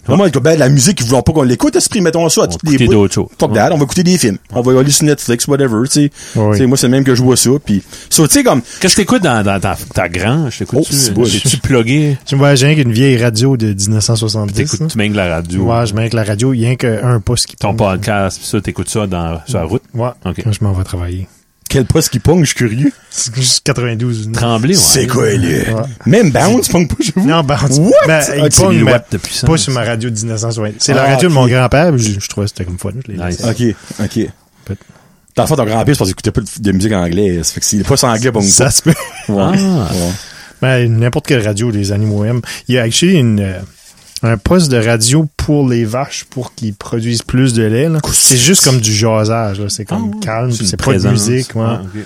A: Le monde, ben, la musique, ils voulont pas qu'on l'écoute, esprit, mettons ça à
C: On va
A: toutes les
C: écouter
A: bouts.
C: d'autres choses.
A: Fuck that, on va écouter des films. On va aller sur Netflix, whatever, tu sais.
D: Ouais,
A: Tu sais,
D: oui.
A: Moi, c'est le même que je vois ça, puis so, tu sais, comme,
C: Qu'est-ce que t'écoutes dans, dans ta, ta grange?
A: Oh, c'est beau.
C: T'écoutes-tu? tu plugué?
D: Tu me vois, j'ai rien qu'une vieille radio de 1970. là.
C: T'écoutes-tu même que la radio?
D: hein? Ouais, je mets avec la radio, il y a rien qu'un pouce qui
C: Ton
D: tombe.
C: podcast, pis ça, t'écoutes ça dans, sur la route?
D: Ouais,
C: Ok.
D: quand je m'en vais travailler.
A: quel poste qui pong, je suis curieux.
D: C'est juste 92.
C: Tremblé, ouais.
A: C'est quoi, lui?
D: Ouais.
A: Même Bounce pong pas, je vous.
D: Non, ben,
A: What?
D: ben,
A: Ok,
D: il
A: c'est
D: pogne,
C: Ah, les
D: mais
C: watts de puissance.
D: Pas sur ma radio de 1970. C'est la
A: Ah,
D: radio de mon
A: ok.
D: grand-père, puis je, je trouvais que c'était comme fun. je l'ai
C: Nice.
D: laissé.
A: Ok, ok.
D: Peut-
A: Dans le fond, ton grand-père, c'est parce qu'il écoutait pas de- de musique anglaise. Fait que s'il est pas sans anglais, pong
D: Ça se peut.
A: pas. Ouais.
C: Ah.
A: Ouais.
D: Ben, n'importe quelle radio, les animaux aiment. Il y a actually une, euh, un poste de radio pour les vaches pour qu'ils produisent plus de lait. là. C'est juste comme du jasage. là. C'est comme
C: Ah,
D: calme,
C: une
D: c'est pas de
C: présence.
D: musique. Ouais.
C: Ah, ok.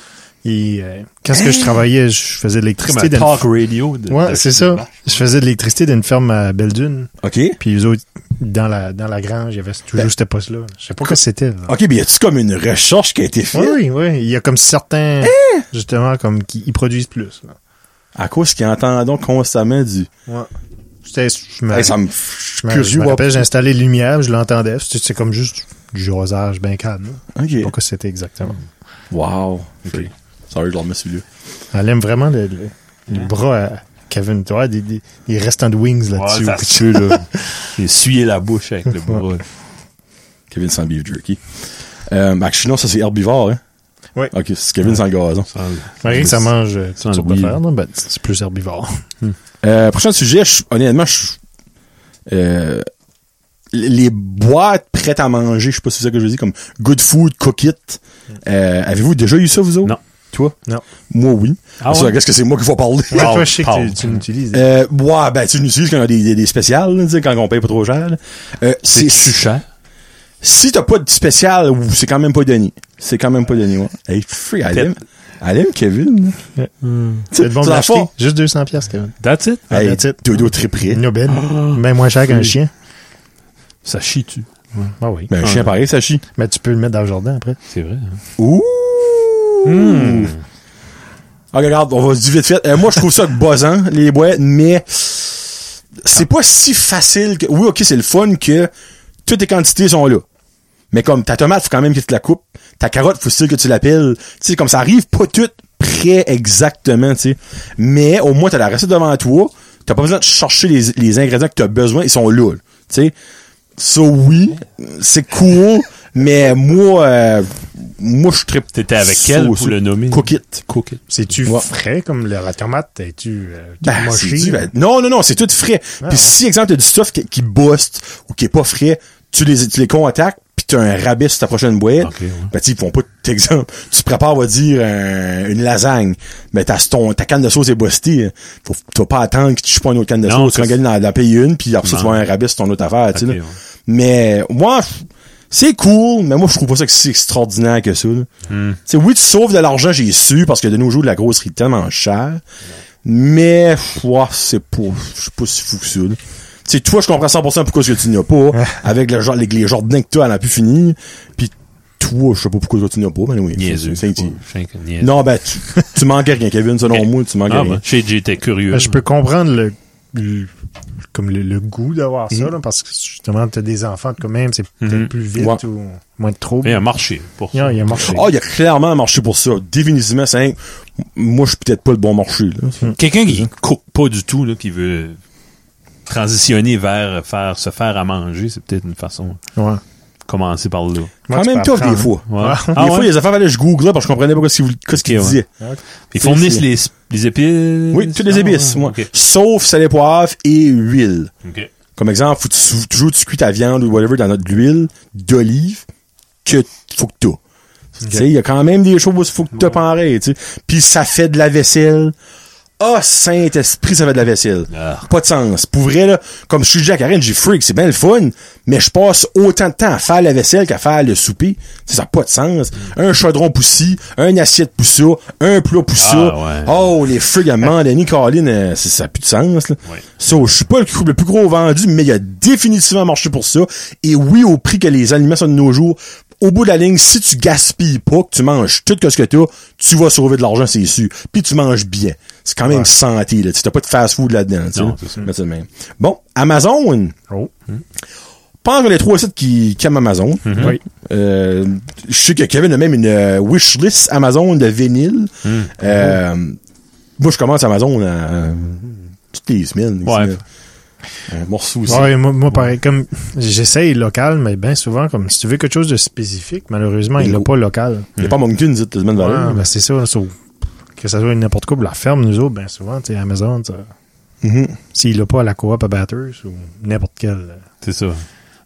D: Et, euh, quand est-ce que je travaillais, je faisais de
C: C'est
D: l'électricité.
C: comme un
D: dans une-
C: talk radio. de- de-
D: Ouais, c'est
C: de-
D: ça. Je faisais de l'électricité d'une ferme à Belle-Dune.
A: Ok.
D: Puis les autres, dans la, dans la grange, il y avait toujours ce poste-là. Je sais pas quoi c'était. là.
A: Ah, Ok, mais y a-tu comme une recherche qui a été faite?
D: Oui, oui, oui. Il y a comme certains, justement, comme qui ils produisent plus. là.
A: À cause qu'ils entendent constamment du.
D: C'était, je me,
A: Hey, ça me.
D: je me- je
A: curieux,
D: me
A: ouais.
D: rappelle, j'ai installé les lumières, je l'entendais. C'était c'est comme juste du rosage bien calme. là. Je sais pas
A: Ok.
D: quoi c'était exactement.
A: Wow. Ok. Sorry, je dormais celui-là.
D: Elle aime vraiment le, le- les bras à Kevin. Tu vois, des, des, des restants de wings là-dessus.
C: Ouais, ça se peut, là. J'ai essuyé la bouche avec le bras.
A: Kevin sans beef jerky. Euh, ben, sinon, ça c'est herbivore, hein?
D: Oui.
A: Ok, c'est Kevin sans gazon.
C: Ça-
D: Malgré que ça mange euh, toutes
C: le
D: sortes
C: oui.
D: d'affaires, là, ben, c'est plus herbivore.
A: Euh, prochain sujet, je- honnêtement, je. Euh, les boîtes prêtes à manger, je sais pas si c'est ça que je dis, comme Good Food, Cook It. Euh, Avez-vous déjà eu ça, vous autres?
C: Non.
A: Toi?
D: Non.
A: Moi, oui.
C: Ah
A: Parce que
C: ouais?
A: Qu'est-ce que c'est moi qu'il faut parler?
D: Ouais, toi, je sais
C: Paul.
D: que tu, tu l'utilises.
A: Euh, ouais, ben, tu l'utilises quand il y a des, des, des spéciales, là, tu sais, quand on paye pas trop cher. là. Euh, c'est
C: C'est-tu cher?
A: si t'as pas de spécial, ou c'est quand même pas donné. C'est quand même pas donné, ouais. Hey, free, elle aime, elle aime Kevin.
D: Ouais.
A: Tu
D: C'est bon de l'acheter. Juste 200 pièces, Kevin.
C: That's it?
A: Hey,
D: that's it.
A: dodo triplé.
D: Nobel.
A: Ah,
D: Ben moins cher qu'un chien.
C: Ça chie-tu?
D: Ah oui.
A: Ben, un chien pareil, ça chie.
D: Mais tu peux le mettre dans le jardin après.
C: C'est vrai. hein?
A: Ouh! Ok, Ah, regarde, on va se dire vite fait. Euh, moi, je trouve ça buzzant, les boîtes, mais c'est pas si facile que... Oui, ok, c'est le fun que toutes les quantités sont là. Mais comme ta tomate, faut quand même que tu la coupes. Ta carotte, faut still que tu l'appelles. Tu sais, comme ça arrive pas tout prêt exactement, tu sais. Mais au moins, t'as la recette devant toi. T'as pas besoin de chercher les, les ingrédients que t'as besoin. Ils sont là, là. tu sais. Ça, oui, c'est cool, mais moi, euh, moi, je tripe.
C: T'étais avec
A: Ça
C: elle
A: aussi.
C: pour le nommer?
A: Cook it.
C: Cook it.
D: C'est-tu
A: Ouais.
D: frais comme la, la tomate? Es-tu euh, tout
A: Ben,
D: moché?
A: c'est du- ben, non, non, non, c'est tout frais.
D: Ah.
A: Puis si, exemple, t'as du stuff qui, qui booste ou qui est pas frais, tu les, tu les contacts, puis t'as un rabais sur ta prochaine boîte.
C: Ok, ouais.
A: Ben, tu sais, ils font pas tout exemple. Tu te prépares, on va dire, un- une lasagne. Mais ta, ton, ta canne de sauce est boostée. hein. Faut, tu vas pas attendre que tu chopes pas une autre canne de
C: Non,
A: sauce. Tu vas
C: c'est-
A: gagner dans la paye une, puis après ça, tu
C: Non.
A: vas avoir un rabais sur ton autre affaire, tu sais,
C: Ok,
A: là.
C: ouais.
A: Mais, moi, je- c'est cool, mais moi, je trouve pas ça que si extraordinaire que ça, là.
C: Hmm.
A: Tu sais, oui, tu sauves de l'argent, j'ai su, parce que de nos jours, de la grosserie est tellement chère. Mais, ouah, c'est pas, je suis pas si fou que ça, là. Tu sais, toi, je comprends 100% pourquoi ce que tu n'y as pas, avec le genre, les, les jardins que toi, elle a pu finir. Puis, toi, je sais pas pourquoi toi, tu n'y as pas, mais oui.
C: Niaiseux.
A: C'est- c'est-
C: Chink, niaiseux.
A: Non, ben, tu, tu manquais rien, Kevin, selon
C: Ok.
A: moi, tu manquais
C: Ah,
A: rien.
C: ben, j'ai- j'étais curieux.
D: Ben,
A: Ah,
D: je peux comprendre le, le- comme le, le goût d'avoir
A: Mm.
D: ça, là, parce que justement, t'as des enfants quand même, c'est peut-être
C: Mhm.
D: plus vite
A: Mm-hmm. Ouais.
D: ou moins de troubles.
C: Il y a un marché pour
D: Non,
C: ça.
D: il y a un marché.
A: Ah, il y a clairement un marché pour ça. Définitivement, c'est un- Moi, je suis peut-être pas le bon marché, là.
C: Quelqu'un qui coupe pas du tout, là, qui veut transitionner vers faire, se faire à manger, c'est peut-être une façon
D: Ouais. Moi,
C: de commencer par là.
A: Quand
D: tu
A: même
D: peux
A: tough,
D: apprendre.
A: des fois.
C: Ouais.
D: Ah,
A: Des fois, les affaires, fallait que je googlais parce que je comprenais pas ce qu'ils voulaient- qu'est-ce qu'ils
C: Ok, ouais.
A: disaient.
C: Ils font venir les, les épices.
A: Oui, toutes les
C: Ah,
A: épices,
C: ouais.
A: moi.
C: Ok.
A: Sauf sel et poivre et huile.
C: Ok.
A: Comme exemple, faut que tu, toujours tu cuis ta viande ou whatever dans notre huile d'olive que faut que t'as. Tu sais, il y a quand même des choses faut que t'as pareil, tu sais. Puis ça fait de la vaisselle Ah, Saint-Esprit, ça fait de la vaisselle.
C: Ah.
A: Pas de sens. Pour vrai, là, comme je suis déjà à Karine, j'ai freak, c'est bien le fun, mais je passe autant de temps à faire la vaisselle qu'à faire le souper. Tu sais, ça n'a pas de sens.
C: Mm.
A: Un chaudron poussi, un assiette poussa, un plat poussa.
C: Ah, ouais.
A: Oh, les frigs à un moment donné, Caroline, euh, c'est- ça n'a plus de sens. Là.
C: Ouais.
A: Ça, je suis pas le, cou- le plus gros vendu, mais il a définitivement marché pour ça. Et oui, au prix que les aliments sont de nos jours, au bout de la ligne, si tu gaspilles pas, que tu manges tout que ce que tu as, tu vas sauver de l'argent, c'est sûr. Puis tu manges bien. C'est quand même santé, là. Tu n'as pas de fast-food là-dedans. tu sais.
C: Non, c'est ça.
A: Mais c'est le même. Bon, Amazon.
D: Oh.
A: Pense que les trois sites qui, qui aiment Amazon.
D: Mhm. Oui.
A: Euh, je sais que Kevin a même une euh, wishlist Amazon de vinyle.
D: Mhm.
A: Euh, Moi, je commence Amazon euh, toutes les semaines.
C: Ouais.
A: Un morceau aussi.
D: Ouais, moi, moi, pareil, comme j'essaye local, mais bien souvent, comme si tu veux quelque chose de spécifique, malheureusement, il
A: Hello.
D: l'a pas local.
A: Il n'y a pas Moncton, dit la semaine
D: Ouais,
A: dernière.
D: ben, c'est ça, sauf que ça soit n'importe quoi, puis la ferme, nous autres, bien souvent, tu sais, Amazon, ça-
A: Mhm.
D: s'il l'a pas à la coop à Batters ou n'importe quel,
C: C'est ça.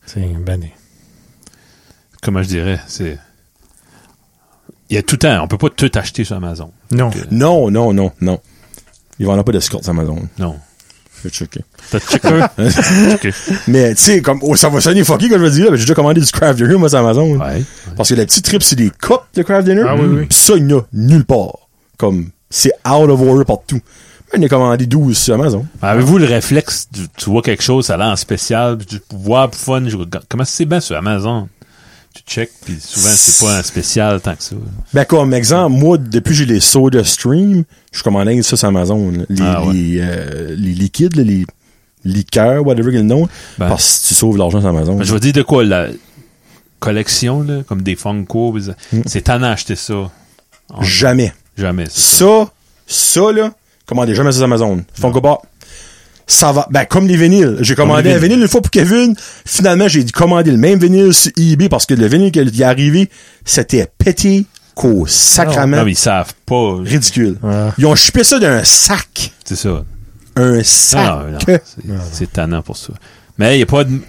D: c'est ben,
C: Comment je dirais, c'est... Il y a tout le temps. On peut pas tout acheter sur Amazon.
D: non.
C: Ok.
A: Non, non, non, non. Ils vendent pas d'escorte sur Amazon.
C: Non.
A: Je vais checker.
C: T'as checker? Checker.
A: Mais, tu sais, comme, oh, ça va sonner fucky, comme je veux dire, mais j'ai déjà commandé du craft dinner, moi, sur Amazon.
C: Ouais.
A: Parce que la petite trip, c'est des cups de craft dinner.
D: Ah oui, oui.
A: Pis ça, il n'y en a nulle part. Comme, c'est out of order partout. Mais j'en ai commandé 12 sur Amazon.
C: Avez-vous le réflexe, du- tu vois quelque chose, ça a l'air en spécial, puis tu vois, pour fun, je regarde. comment c'est bien sur Amazon? Tu check, puis souvent, c'est pas un spécial tant que ça.
A: Ben, comme exemple, moi, depuis que j'ai les soda stream, je commandais ça sur Amazon. là. Les,
C: Ah ouais.
A: les, euh, les liquides, là, les liqueurs, whatever qu'ils nomment.
C: Ben.
A: Parce que tu sauves l'argent sur Amazon.
C: Mais Je vais dire de quoi, la collection, là, comme des Funko, pis ça,
A: Mm.
C: c'est tannant d'acheter ça. On-
A: Jamais.
C: Jamais. ça.
A: Ça, ça, là, commandez jamais sur Amazon. Funko Pop. Ça va. Ben, comme les vinyles. J'ai commandé
C: les
A: un
C: vinyles.
A: vinyle une fois pour Kevin. Finalement, j'ai commandé le même vinyle sur eBay parce que le vinyle qui est arrivé, c'était pété qu'au sacrament.
C: Ah Non, mais ils savent pas.
A: Ridicule.
D: Ouais.
A: Ils ont chipé ça d'un sac.
C: C'est ça.
A: Un
C: Ah,
A: sac.
C: non, c'est- c'est tannant pour ça. Mais il n'y a pas de.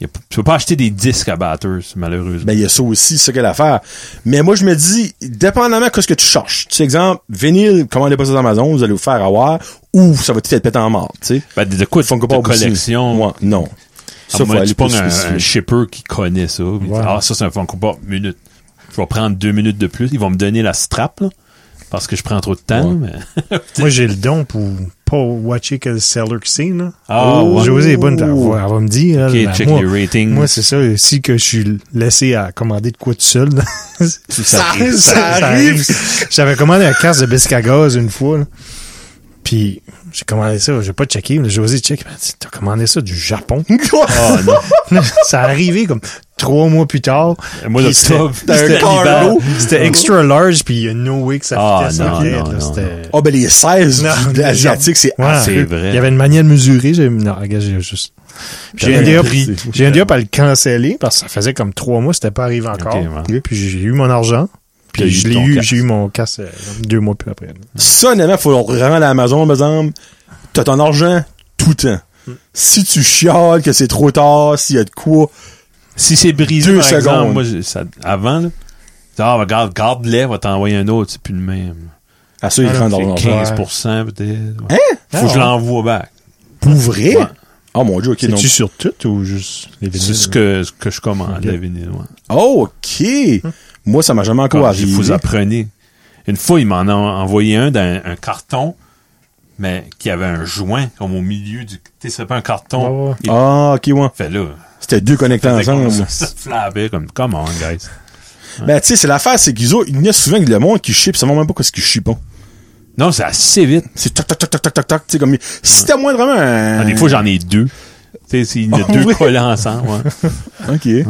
C: y a p- tu peux pas acheter des disques à Batters, malheureusement.
A: Ben, il y a ça aussi, c'est ça qu'elle a à faire. Mais moi, je me dis, dépendamment de ce que tu cherches. Tu sais, exemple, vinyle, commandez pas ça sur Amazon, vous allez vous faire avoir, ou ça va tout être pété en mort, tu sais.
C: Ben, de quoi,
A: Funko
C: de
A: Pop aussi.
C: collection.
A: Ouais, non.
C: Ça, faut
A: aller
C: tu pognes
A: plus
C: un,
A: spécifique.
C: un shipper qui connaît ça. puis il dit,
D: Ouais.
C: Ah, ça, c'est un Funko Pop. Minute. Je vais prendre deux minutes de plus. Ils vont me donner la strap, là, parce que je prends trop de temps. mais-
D: Moi, j'ai le don pour pas watcher quel seller que c'est, là. Oh.
C: Ah, ouais.
D: José est bonne, elle va, elle va me dire. elle,
C: Ok,
D: ben,
C: check
D: moi,
C: les ratings.
D: Moi, c'est ça. Si que je suis laissé à commander de quoi tout seul, là,
A: Ça arrive, ça arrive.
D: J'avais commandé un casque de biscuit à gaz une fois, là. Puis, j'ai commandé ça. J'ai pas checké. mais José check. Ben, t'as commandé ça du Japon.
C: Ah, non.
D: ça arrivé comme trois mois plus tard.
C: Moi,
D: Puis
C: l'octobre,
D: c'était-
A: T'as un
D: c'était
A: cargo.
D: C'était extra large, puis il y a no way que ça
C: Ah,
D: fitait ça.
C: non,
D: Là,
C: non, non,
D: c'était-
A: Ah, ben les 16
D: Non,
A: du- de
D: non,
A: asiatique, c'est
D: Ouais.
C: c'est vrai.
D: Il y avait une manière de mesurer. J'ai... Non, regarde, j'ai juste. J'ai
C: T'avais
D: endé up,
C: pris.
D: j'ai endé up à le canceller parce que ça faisait comme trois mois, c'était pas arrivé encore.
C: ouais.
D: Puis j'ai eu mon argent.
C: T'as
D: Puis
C: eu
D: je l'ai
C: ton
D: eu,
C: casque.
D: j'ai eu mon casse euh, deux mois plus après. là.
A: ça, honnêtement, faut le rendre à Amazon, par exemple. T'as ton argent tout le temps. Si tu chiales que c'est trop tard, s'il y a de quoi,
C: Si c'est brisé,
A: Deux
C: par exemple,
A: secondes.
C: moi, je- ça- avant, là, je dis, ah, ben, garde, garde-les, va t'envoyer un autre, c'est plus le même.
A: à ça, ils
D: Ah, non,
A: rendent
D: c'est
A: leur argent.
C: 15% peut-être. ouais.
A: Hein?
C: Faut que je
D: Ah,
C: l'envoie back.
A: Pour vrai?
C: Ouais.
A: Oh mon dieu, ok, donc.
D: C'est-tu sur tout ou juste les
C: C'est ce
D: vinyles?
C: que, ce que je commande,
D: Ok.
C: la vinyle, ouais.
A: Oh, ok!
D: Hmm.
A: Moi, ça m'a jamais encore
C: Comme si
A: arrivé.
C: vous apprenez. Une fois, il m'en a envoyé un dans un, un carton, mais qui avait un joint, comme au milieu du. Tu sais, c'est pas un carton.
D: Ouais, ouais.
C: Il
A: Ah, ok, ouais.
C: fait là.
A: C'était deux connectés
C: Faisait comme
A: ensemble.
C: Ça, ça flambait comme, come on, guys.
A: Ben, tu sais, c'est l'affaire, c'est qu'ils ont, il y en a souvent que le monde qui chie, pis ça ne même pas qu'est-ce qu'ils chie pas.
C: Non, c'est assez vite.
A: C'est toc, toc, toc, toc, toc, toc, toc, tu sais, comme, c'était moins vraiment un...
C: Ah, Des fois, j'en ai deux. Tu sais, il y en a
A: Euh. Ah,
C: deux
A: oui?
C: collés ensemble. ouais.
A: Ok.
C: Ouais. Tu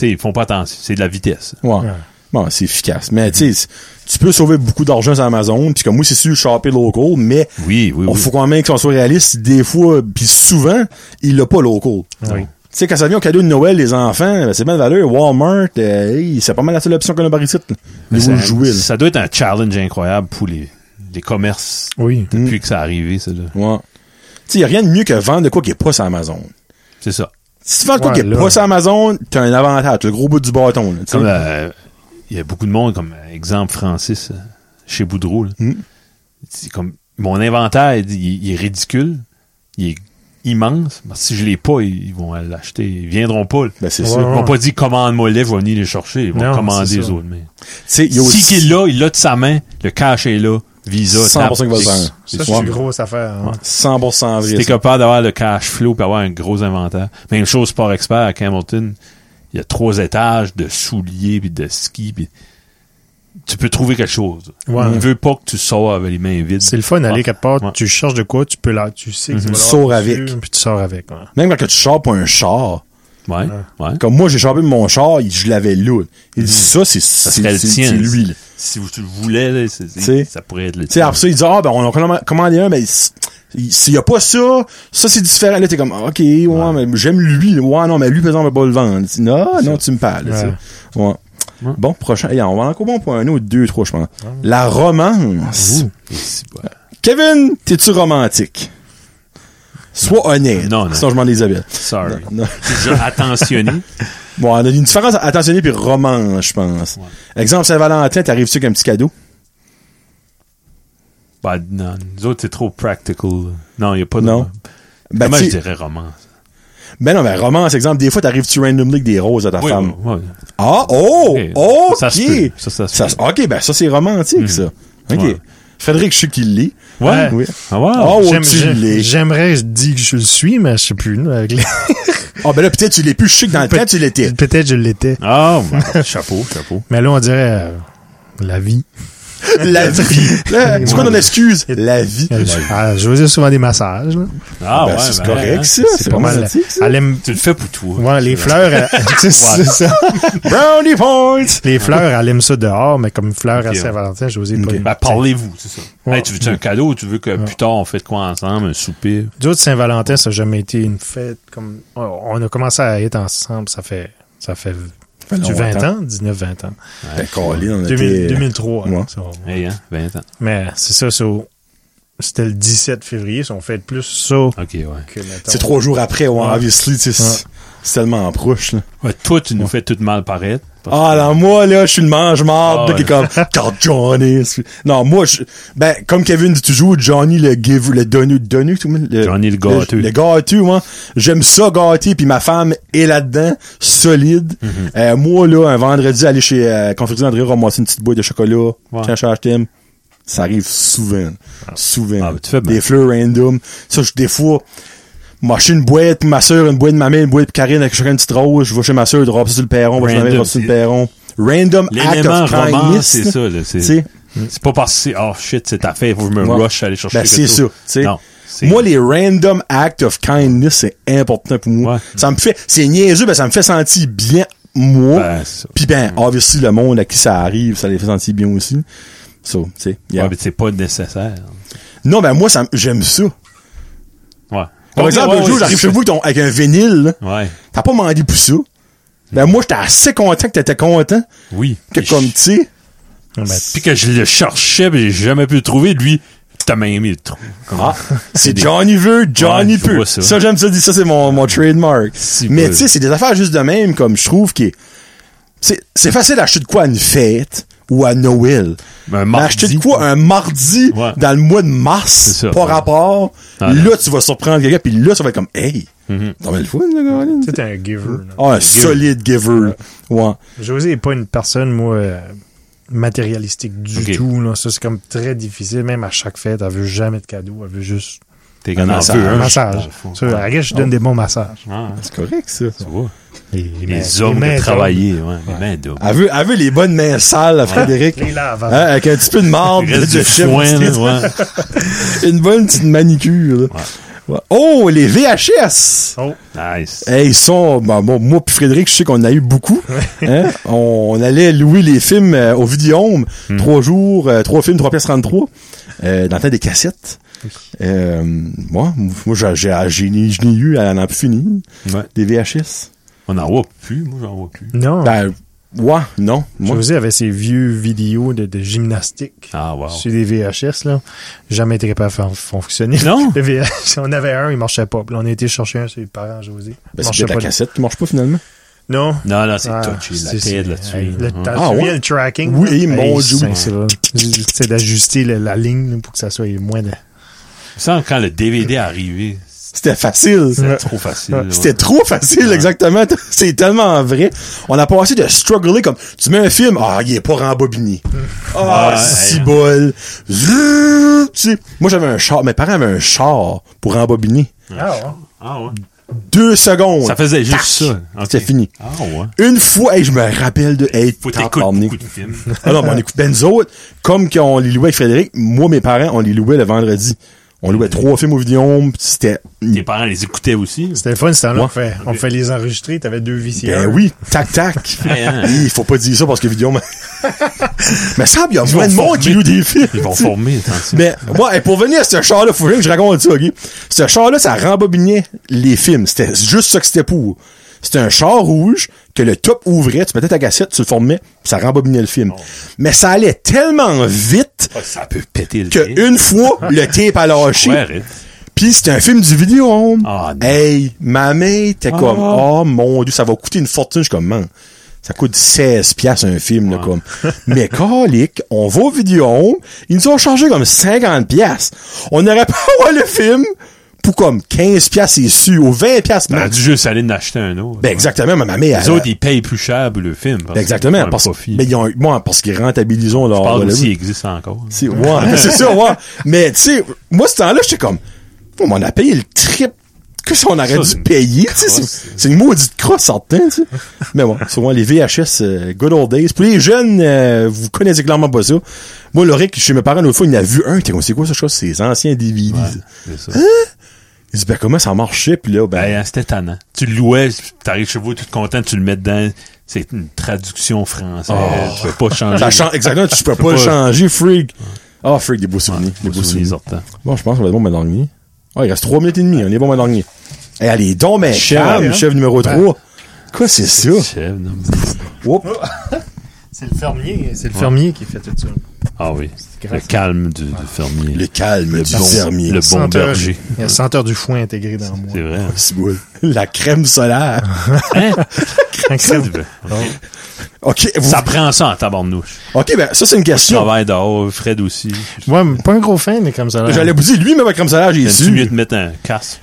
C: sais, ils font pas attention. C'est de la vitesse.
A: Ouais. Bon, c'est efficace. Mais tu sais, tu peux sauver beaucoup d'argent sur Amazon. Puis comme moi, c'est sûr, shopper local, mais
C: Oui, oui,
A: il
C: oui.
A: faut quand même qu'on soit réaliste. Des fois, puis souvent, il l'a pas local.
D: Oui.
A: Tu sais, quand ça vient au cadeau de Noël, les enfants, ben, c'est bien de valeur. Walmart, euh, hey, c'est pas mal la seule option qu'on a par ici. là.
C: Mais
A: Niveau
C: ça,
A: jouet, là.
C: ça doit être un challenge incroyable pour les, les commerces
D: Oui.
A: Mm.
C: depuis que ça a arrivé, ça, là.
A: Ouais. Tu sais, y a rien de mieux que vendre de quoi qui est pas sur Amazon.
C: C'est ça.
A: Si tu vends de quoi
D: Ouais,
A: qui est
D: là.
A: pas sur Amazon, t'as un avantage, t'as le gros bout du bâton. là, tu sais.
C: Comme, euh, il y a beaucoup de monde, comme euh, exemple Francis, euh, chez Boudreau. là.
A: Mm.
C: C'est comme mon inventaire, il, il est ridicule. Il est immense. Parce que si je l'ai pas, ils, ils vont l'acheter. Ils viendront pas. là.
A: Ben, c'est
D: Ouais,
A: ça.
C: Ils m'ont pas dit commande-moi le, je vais venir les chercher. Ils vont
D: Non,
C: commander
D: c'est
C: les
D: ça.
C: autres. Mais...
A: Tu sais, il y a
C: Si
A: aussi...
C: qu'il l'a, il l'a de sa main, le cash est là, Visa,
A: 100%
C: tap,
A: qu'il va le
C: tic.
A: faire.
D: Ça, c'est
A: Ouais.
D: une grosse affaire. hein.
A: 100%
C: Si
A: vrai.
C: t'es
A: ça.
C: capable d'avoir le cash flow et avoir un gros inventaire. Même chose Sport Expert à Hamilton. Il y a trois étages de souliers puis de skis. puis Tu peux trouver quelque chose.
D: Ouais.
C: On ne veut pas que tu sors avec les mains vides.
D: C'est le fun d'aller
C: Ouais.
D: quelque part,
C: Ouais.
D: tu cherches de quoi, tu peux là, tu sais que tu
A: Mhm.
D: vas
A: Sors
D: l'avoir dessus,
A: avec.
D: Puis tu sors avec. ouais.
A: Même quand tu chars pas un char,
C: Ouais. ouais.
A: comme moi, j'ai charbé mon char, il- je l'avais là. Il dit ça, c'est c'est-
C: Hmm. serait le
A: c'est-
C: tien.
A: c'est lui. là.
C: Si vous- tu le voulais, là, c'est- c'est-
A: T'sais.
C: ça pourrait être le
A: Tu sais, après ça, il dit, ah, ben, on a commandé- commandé un, mais s- il- s'il y a pas ça, ça, c'est différent. Là, t'es comme, OK, ouais, mais j'aime lui. là. Ouais, non, mais lui, par exemple, on va pas le vendre. Tu dis, non, non, tu me parles. tu sais. Ouais.
C: Ouais.
A: Bon, prochain. Hey, on va encore bon pour un autre, deux, trois, je pense. La romance.
C: Et si- ouais.
A: Kevin, t'es-tu romantique? Sois honnête.
C: Non, non.
A: Sinon, je m'en déshabille.
C: Sorry.
A: Non.
C: Je- attentionné.
A: Bon, on a une différence attentionnée puis romance, je pense. Exemple, Saint-Valentin, t'arrives-tu avec un petit cadeau?
C: Bah, non, nous autres, c'est trop practical. Non, il n'y a pas de.
A: Non. Ben,
C: Comment
A: tu-
C: je dirais roman?
A: ben non, ben romance, exemple, des fois, t'arrives-tu randomly avec des roses à ta
C: Oui,
A: femme?
C: oui, oui.
A: Ah, oh!
C: Ok.
A: OK!
C: Ça se peut. Ça, ça se peut.
A: OK, ben ça, c'est romantique, ça. OK.
C: Ouais.
A: Frédéric, je sais qu'il lit.
C: Ouais.
A: Oui.
C: Ah, ouais.
A: Oh,
D: J'aime-
A: tu
D: j'aime-
A: l'es.
D: J'aimerais, je dis que je le suis, mais je sais plus. là, avec les-
A: Ah, ben là, peut-être tu l'es plus. Je sais que dans le temps, tu l'étais.
D: Peut-être je l'étais.
C: Ah, bah, chapeau, chapeau.
D: Mais là, on dirait euh, la vie.
A: La vie. Là, C'est quoi ton excuse? La vie.
D: Ah, je faisais souvent des massages. là.
C: Ah,
A: Ben,
C: ouais,
A: c'est
C: ben,
A: correct,
C: hein.
A: ça. C'est
D: Pas mal.
A: romantique, ça.
D: Elle aime-
C: Tu le fais pour toi.
D: ouais, les fleurs, elle- c'est c'est ça.
A: Brownie points!
D: Les fleurs, elle aime ça dehors, mais comme fleurs à Saint-Valentin, je n'osais
A: Ok.
C: Ben,
D: pas.
C: parlez-vous, c'est ça.
D: Ouais.
C: Hey, tu veux-tu un cadeau ou tu veux que plus tard on fait de quoi ensemble, un soupir?
D: D'autres Saint-Valentin, ça n'a jamais été une fête comme. on- On a commencé à être ensemble, ça fait. Ça fait.
A: fait
D: du 20
A: longtemps.
D: ans, 19, 20 ans.
A: Ben, Colin, on
D: 2000
A: était...
D: 2003.
A: Ouais.
D: ça, ouais.
C: Hey, hein, 20 ans.
D: Mais c'est ça, ça, c'était le 17 février, ça, on fait plus ça
C: OK, ouais.
D: que mettons.
A: C'est trois jours après, ouais, obviously, tu sais,
D: Ouais.
A: c'est- c'est tellement proche, là.
C: ouais. Toi, tu nous fais tout mal paraître. parce
A: Ah, non, moi, là, je suis le mange-marde,
C: Ah,
A: là, qui est comme, God, Johnny. Non, moi, je, ben, comme Kevin dit toujours, Johnny, le give, le donnu, donnu, tout le monde. le-
C: Johnny le gâteux.
A: Le, gâteux, moi. J'aime ça gâter, puis ma femme est là-dedans, solide.
C: Mhm.
A: Euh, moi, là, un vendredi, aller chez, euh, Confrérie André, ramasser une petite boîte de chocolat,
C: Ouais.
A: quand je acheté ça arrive souvent. Souvent.
C: Ah, ben, tu fais bien.
A: Des fleurs random. Ça, je, des fois, moi, je suis une boîte, ma soeur, une boîte de ma mère, une boîte de Karine, avec chacun une petite rose, je vais chez ma soeur, drop ça sur le perron, va chez ma mère,
C: Random.
A: drop ça sur le perron. Random act
C: L'élément
A: of
C: roman,
A: kindness.
C: c'est
A: là.
C: ça. là,
A: Tu
C: C'est
A: sais,
C: c'est pas parce que c'est « Oh, shit, c'est ta fête, faut que je me
A: Ouais.
C: rush à aller chercher
A: ben,
C: quelque
A: c'est ça.
C: chose.
A: tu » sais.
C: Non. c'est-
A: Moi, les random acts of kindness, c'est important pour moi.
C: Ouais.
A: Ça me fait, c'est niaiseux, ben, ça me fait sentir bien, moi.
C: Ben, c'est ça.
A: Puis ben, obviously, le monde à qui ça arrive, ça les fait sentir bien aussi. So, tu sais, yeah.
C: Ouais, mais c'est pas nécessaire.
A: Non, ben, moi, ça, me- j'aime ça.
C: Ouais.
A: Par
C: Ouais,
A: exemple,
C: ouais,
A: un jour,
C: ouais,
A: j'arrive
C: c'est-
A: chez vous avec ton- avec un vinyle, là.
C: Ouais.
A: T'as pas demandé pour ça. Ben, moi, j'étais assez content que t'étais content.
C: Oui.
A: Que
C: Puis
A: comme, tu sais,
D: Ben,
C: je- Puis que je le cherchais, mais j'ai jamais pu le trouver. Lui, t'as même aimé le trou.
A: ah, c'est Johnny veut, Johnny
C: Ouais, je
A: peut.
C: vois ça.
A: Ça, j'aime ça, dis ça, c'est mon, mon trademark.
C: Si,
A: Mais
C: ouais.
A: tu sais, c'est des affaires juste de même, comme je trouve que c'est c'est facile d'acheter de quoi à une fête ou à Noël.
C: Ben, un
A: Mais acheter de
C: mardi.
A: quoi un mardi
C: Ouais.
A: dans le mois de mars,
C: C'est ça,
A: pas
C: ouais.
A: rapport.
C: Ah, Mm-hmm.
A: là, tu vas surprendre quelqu'un, puis là, ça va être comme, hey, t'as bien le fun, là, Caroline?
D: c'est un giver. là.
A: Ah, un solide giver. Ouais.
D: José n'est pas une personne, moi, euh, matérialistique du
C: Ok.
D: tout. Là. Ça, c'est comme très difficile. Même à chaque fête, elle veut jamais de cadeaux. Elle veut juste
C: T'es
A: Un
C: gagné en
A: massage.
C: deux,
D: un
C: hein.
D: massage.
C: dans le fond.
D: Ça, à la rigueur, je donne des bons massages.
C: Ah,
A: C'est correct, ça.
C: tu vois.
D: Les,
C: Les hommes de travailler, ouais. Les mains d'hommes.
A: Elle veut, elle veut les bonnes mains sales, à Frédéric.
D: Les laves.
A: Hein, avec un petit peu de marde,
C: Il reste
A: de
C: du
A: chef,
C: foin,
A: tu sais,
C: là, ouais.
A: une bonne petite manicure. là. Ouais. Oh, les VHS!
D: Oh,
C: Nice.
A: Hey, ils sont, ben, bon, moi puis Frédéric, je sais qu'on en a eu beaucoup. Hein? on, on allait louer les films euh, au Vidéome,
C: Hmm.
A: trois jours, euh, trois films, trois pièces 33, euh, dans le temps des cassettes. Euh, moi, moi j'ai, j'ai, j'ai, ni- je n'ai eu à n'en plus fini,
C: Ouais.
A: des VHS.
C: On n'en voit plus, moi j'en vois plus.
D: non.
A: Ben, ouais, non, moi,
D: José avait ses vieux vidéos de, de gymnastique
C: Ah, wow.
D: sur des VHS. Là. Jamais été capable de faire fonctionner.
C: Non?
D: Le VHS, on avait un, il marchait pas. Puis là, on a été chercher un sur les parents, José.
A: ben, c'est
D: marchait
A: peut-être la
D: pas.
A: cassette qui marche pas finalement.
D: Non.
C: Non, non, c'est
D: Ah,
C: touché, la
D: c'est-
C: tête
D: c'est- hey,
C: là-dessus.
D: le,
C: là. Ouais.
D: t'as-
A: Ah
D: tu viens
A: ouais?
D: le tracking?
A: Oui,
D: là?
A: mon Dieu.
D: c'est- C'est là. C'est d'ajuster la, la ligne là, pour que ça soit moins de-
C: me semble que quand le DVD est arrivé,
A: C'était facile.
C: c'était
D: Ouais.
C: trop facile.
D: Ouais.
C: ouais.
A: C'était trop facile, exactement. C'est tellement vrai. On a passé de struggler comme, tu mets un film, ah, il est pas rembobiné. Ah,
C: Ouais.
A: si bol. Zzzz, tu sais. Moi, j'avais un char. Mes parents avaient un char pour rembobiner.
D: Ah, ouais.
C: Ah ouais.
A: Deux secondes.
C: Ça faisait juste ça.
A: C'était
C: Ok.
A: fini.
C: Ah ouais.
A: Une fois, hey, je me rappelle de, hey,
C: Faut
A: t'as
C: t'écouter
A: emmené.
C: beaucoup de films.
A: Ah non, mais on écoute Benzo. Comme qu'on les louait avec Frédéric, moi, mes parents, on les louait le vendredi. On louait trois films au Vidéom, pis c'était...
C: Tes parents les écoutaient aussi.
D: C'était le fun, c'était là
A: Ouais.
D: on, fait, on fait les enregistrer, t'avais deux VCR.
A: Ben oui, tac tac.
C: Hey, hein.
A: Il faut pas dire ça parce que Vidéom... mais ça, il y a moins
C: vont
A: de monde
C: former.
A: qui loue des films.
C: Ils vont
A: tu sais.
C: former, attention.
A: Mais moi, hey, pour venir à ce char-là, faut que je raconte ça, ok? Ce char-là, ça rembobinait les films. C'était juste ça que c'était pour. C'était un char rouge que le top ouvrait, tu mettais ta cassette, tu le formais, puis ça rembobinait le film. Mais ça allait tellement vite
C: Ah, ça peut péter le
A: que
C: nez.
A: une fois, le tape a lâché.
C: Ouais, arrête.
A: Puis c'était un film du vidéo home.
C: Ah, non.
A: hey, ma mère était
C: Ah.
A: comme, oh mon dieu, ça va coûter une fortune. Je suis comme, man, ça coûte 16 piastres un film, là, comme. Mais calique, on va au vidéo home, ils nous ont chargé comme 50 piastres. On n'aurait pas voir le film pour comme 15 piastres, c'est sûr, ou 20 piastres.
C: T'aurais
A: max.
C: dû juste aller en acheter un autre.
A: Ah. ben, exactement, mais ma mère,
C: Ben, Les
A: elle-
C: autres, ils payent plus cher pour le film. parce
A: ben, exactement,
C: qu'ils font un
A: parce,
C: profit.
A: ben, ils ont, moi, parce qu'ils rentabilisons leur,
C: Je parle
A: leur-
C: aussi, il existe encore.
A: C'est, ouais, c'est ça, ouais. Mais, tu sais, moi, ce temps-là, j'étais comme, on m'en a payé le trip. Qu'est-ce qu'on aurait
C: Ça,
A: dû
C: c'est une
A: payer? Tu sais,
C: crosse.
A: c'est, c'est une maudite crosse, certain, tu sais. Mais bon, souvent, les VHS, euh, good old days. Pour les jeunes, euh, vous connaissez clairement pas ça. Moi, Loric, chez mes parents, l'autre fois, il en a vu un. T'es comme, c'est quoi ça, chose? C'est les anciens DVD.
C: C'est ça.
A: Hein? Il dit, ben, comment ça marchait? Puis là, ben,
C: Ben, hein, c'était tannant. Tu le louais, t'arrives chez vous, tout content, tu le mets dedans. C'est une traduction française. Tu peux pas changer.
A: Oh. ça change, exactement, tu peux pas,
C: Ben, peux
A: le
C: pas.
A: changer, freak. Ah, freak, des beaux souvenirs. des
C: Faut
A: beaux
C: se
A: souvenirs.
C: souvenir sortant.
A: Bon, je pense qu'on va être bon maintenant dernier. Ah, il reste 3 minutes et demie. On est bon maintenant dernier. Eh, allez, donc, mais
D: Chef,
A: calme,
D: hein?
A: chef numéro 3. Quoi, c'est ça?
C: Chef, non, mais-
A: Oups.
D: C'est le fermier, c'est le fermier qui fait tout ça.
C: Ah oui. Le
D: grave.
C: calme du, du fermier.
A: Le calme du
C: bon-
A: fermier.
C: le bon
D: Senteur-
C: berger.
D: Il y a la senteur du foin intégré dans moi.
C: C'est vrai. hein.
A: C'est beau. La crème solaire.
D: Incroyable.
A: OK, Hein? vous-
C: Ça prend ça en tabarnouche.
A: OK, ben, ça, c'est une
C: Je
A: question.
C: travaille dehors, Fred aussi.
D: Moi, mais pas un gros fan des crèmes solaires.
A: J'allais vous dire, lui, même la crème solaire, j'ai
C: T'aimes-tu mieux
A: su.
C: de mettre un casque?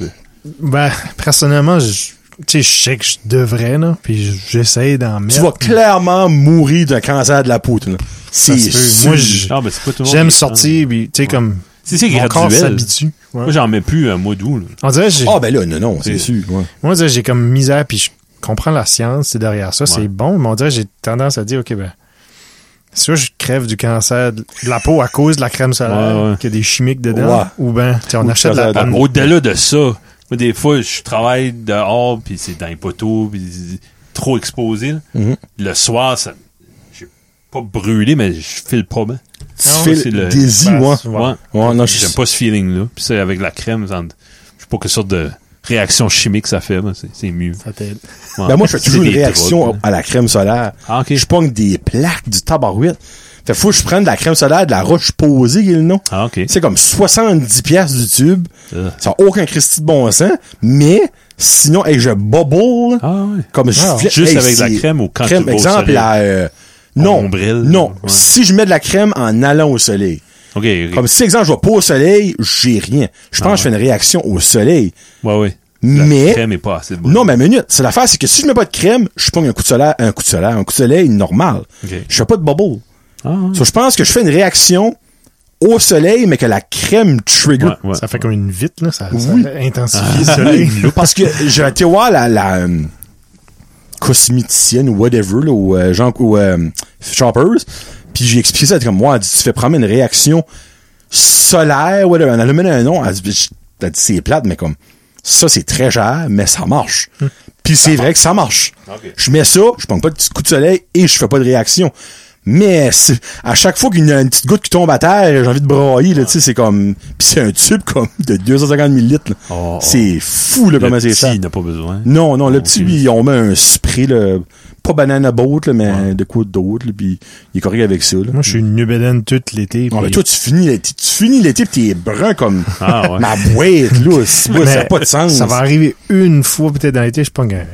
D: Ben, personnellement, je tu sais, je sais que je devrais, là, puis j- j'essaie d'en mettre.
A: Tu vas clairement mourir d'un cancer de la peau, toi, là. C'est
D: Ça se peut.
A: sûr.
D: Moi, je-
C: Ah, ben, c'est pas tout le monde
D: J'aime
C: qui-
D: sortir, puis tu sais, comme,
C: Si c'est
D: mon corps
C: graduel.
D: s'habitue. Ouais.
C: Moi, j'en mets plus un mois d'août. là.
D: On dirait que j'ai
A: Ah, ben là, non, non, c'est
C: C'est-
A: sûr. ouais.
D: Moi, on dirait que j'ai comme misère, puis je comprends la science, c'est derrière ça, c'est
C: Ouais.
D: bon, mais on dirait que j'ai tendance à dire, OK, ben, c'est sûr, je crève du cancer de la peau à cause de la crème solaire,
C: Ouais, ouais.
D: qu'il y a des chimiques dedans,
A: Ouais.
D: ou ben, tu sais,
A: Ou
D: on
A: du
D: achète de
A: cancer
D: la
A: de la
D: panne.
A: peau.
C: Au-delà de ça, moi, des fois, je travaille dehors, puis c'est dans les poteaux, puis trop exposé. là.
A: Mhm.
C: Le soir, ça, j'ai pas brûlé, mais je file pas bien.
A: Tu
D: Non,
A: fais hein.
C: c'est
A: le
C: le-
A: désir,
D: Ben,
A: Ah. ouais.
D: c'est- ouais.
A: Ouais, non, je-
C: J'aime pas ce feeling-là. Puis c'est avec la crème, ça- je sais pas quelle sorte de réaction chimique ça fait, mais c'est, c'est mieux.
D: Ça t'aide.
C: Ouais.
A: Ben moi, je fais
C: C'est
A: toujours
C: des
A: une réaction
C: drogues, là.
A: à la crème solaire.
C: Ah, ok.
A: Je pogne des plaques du tabarouette. Fait faut que je prenne de la crème solaire de la roche posée, qui est le nom.
C: Ah, ok.
A: C'est comme 70 pièces du tube.
C: Euh.
A: Ça n'a aucun Christy de bon sens. Mais, sinon, hey, je bubble.
C: Ah, ouais.
A: Comme je
D: Ah,
A: fais-
C: juste
A: hey,
C: avec de la
A: c'est-
C: crème ou quand
A: crème,
C: tu vas au
A: exemple,
C: soleil?
A: la, euh, non.
C: Ombrelle,
A: non.
C: ouais.
A: Si je mets de la crème en allant au soleil.
C: Ok, ok.
A: Comme si, exemple, je vais pas au soleil, j'ai rien. Je pense
C: Ah,
A: que je fais une réaction au soleil.
C: Ouais, ouais.
A: Mais-
C: La crème est pas assez bonne.
A: Non, mais minute. C'est l'affaire, c'est que si je mets pas de crème, je prends un coup de solaire, un coup de solaire, un coup de soleil normal.
C: Ok.
A: Je fais pas de bubble.
C: Ah, ouais.
A: So, je pense que je fais une réaction au soleil, mais que la crème trigger.
C: Ouais, Ah. ouais.
D: Ça fait comme une vite, là, ça, ça
A: Oui.
D: intensifie le soleil.
A: Parce que j'ai été voir la, la euh, cosméticienne ou whatever, là, ou, euh, Jean, ou euh, Shoppers, puis j'ai expliqué ça, elle était comme, moi, elle dit, tu fais prendre une réaction solaire, whatever. Elle a donné un nom, elle dit, Bitch, elle dit, c'est plate, mais comme, ça, c'est très cher, mais ça marche. Puis c'est vrai que ça marche.
C: Ok.
A: Je mets ça, je prends pas de petit coup de soleil et je fais pas de réaction. Mais c'est- à chaque fois qu'il y a une petite goutte qui tombe à terre, j'ai envie de brailler, là, tu sais, c'est comme... Puis c'est un tube, comme, de 250 000 litres, là.
C: Oh, oh.
A: C'est fou, là,
C: Le
A: comment c'est
C: petit,
A: ça.
C: il n'a pas besoin.
A: Non, non, le
C: Ok.
A: petit, lui, on met un spray, là, pas banana boat, là, mais de quoi d'autre, là, puis il est correct avec ça, là.
D: Moi, je suis une nubédaine toute l'été.
A: Non,
D: puis-
A: mais toi, tu finis l'été, tu finis l'été pis t'es brun comme
C: Ah, ouais.
A: ma boîte, là. c'est- ouais,
D: Mais
A: ça n'a pas de sens.
D: Ça va arriver une fois, peut-être, dans l'été, je pogne un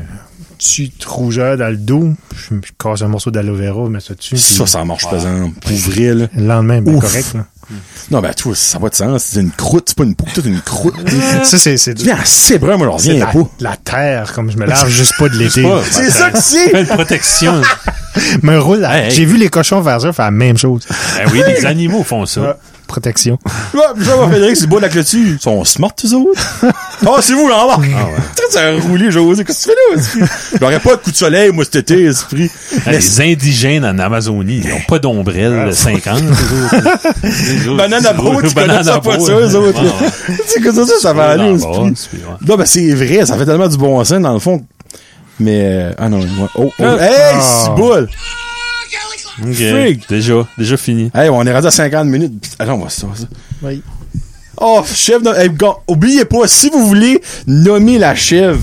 D: petite rougeur dans le dos. Je me casse un morceau d'aloe vera, je mets ça dessus.
A: Ça,
D: puis
A: ça marche, par exemple. Pour vrai, là.
D: Le lendemain, ben
A: Ouf.
D: correct. là.
A: Non, ben, tu vois, ça n'a pas de sens. C'est une croûte, c'est pas une poule, c'est une croûte.
D: Ça, c'est, c'est
A: Tu
D: du-
A: viens à Sébrun, moi, je
D: c'est
A: reviens
D: la,
A: pas.
D: la terre, comme je me lave juste pas de l'été.
C: pas-
A: C'est ça que c'est!
C: Plein de protection.
D: me roule la-
C: Hey, hey.
D: J'ai vu les cochons faire ça, faire la même chose. Ah,
C: ben oui, les animaux font ça.
D: Protection.
A: Ouais, pis ça va Frédéric, c'est beau de la clôture. Ils sont smart, tous autres. Ah, c'est vous, là, bas. Ah, ouais. Tu sais, c'est un roulé, José. Qu'est-ce que tu fais là, esprit? J'aurais pas de coup de soleil, moi, cet été, esprit.
C: Ah, les indigènes en Amazonie, ils n'ont pas d'ombrelle de 50.
A: Banane à peau, Ah, tu connais ça pas, ça, eux autres. là. Tu sais, que ça, ça, ça va aller, esprit. Non, ben, c'est vrai, ça fait tellement du bon sens, dans le fond. Mais, euh, ah non, moi, oh, oh. Hey,
D: Ah.
A: c'est boule! Freak.
C: Déjà, déjà fini.
A: Hey, on est rendu à 50 minutes. Psst, Attends, on va se faire ça.
D: Oui.
A: Oh, chef de... hey, gars, oubliez pas, si vous voulez nommer la chèvre,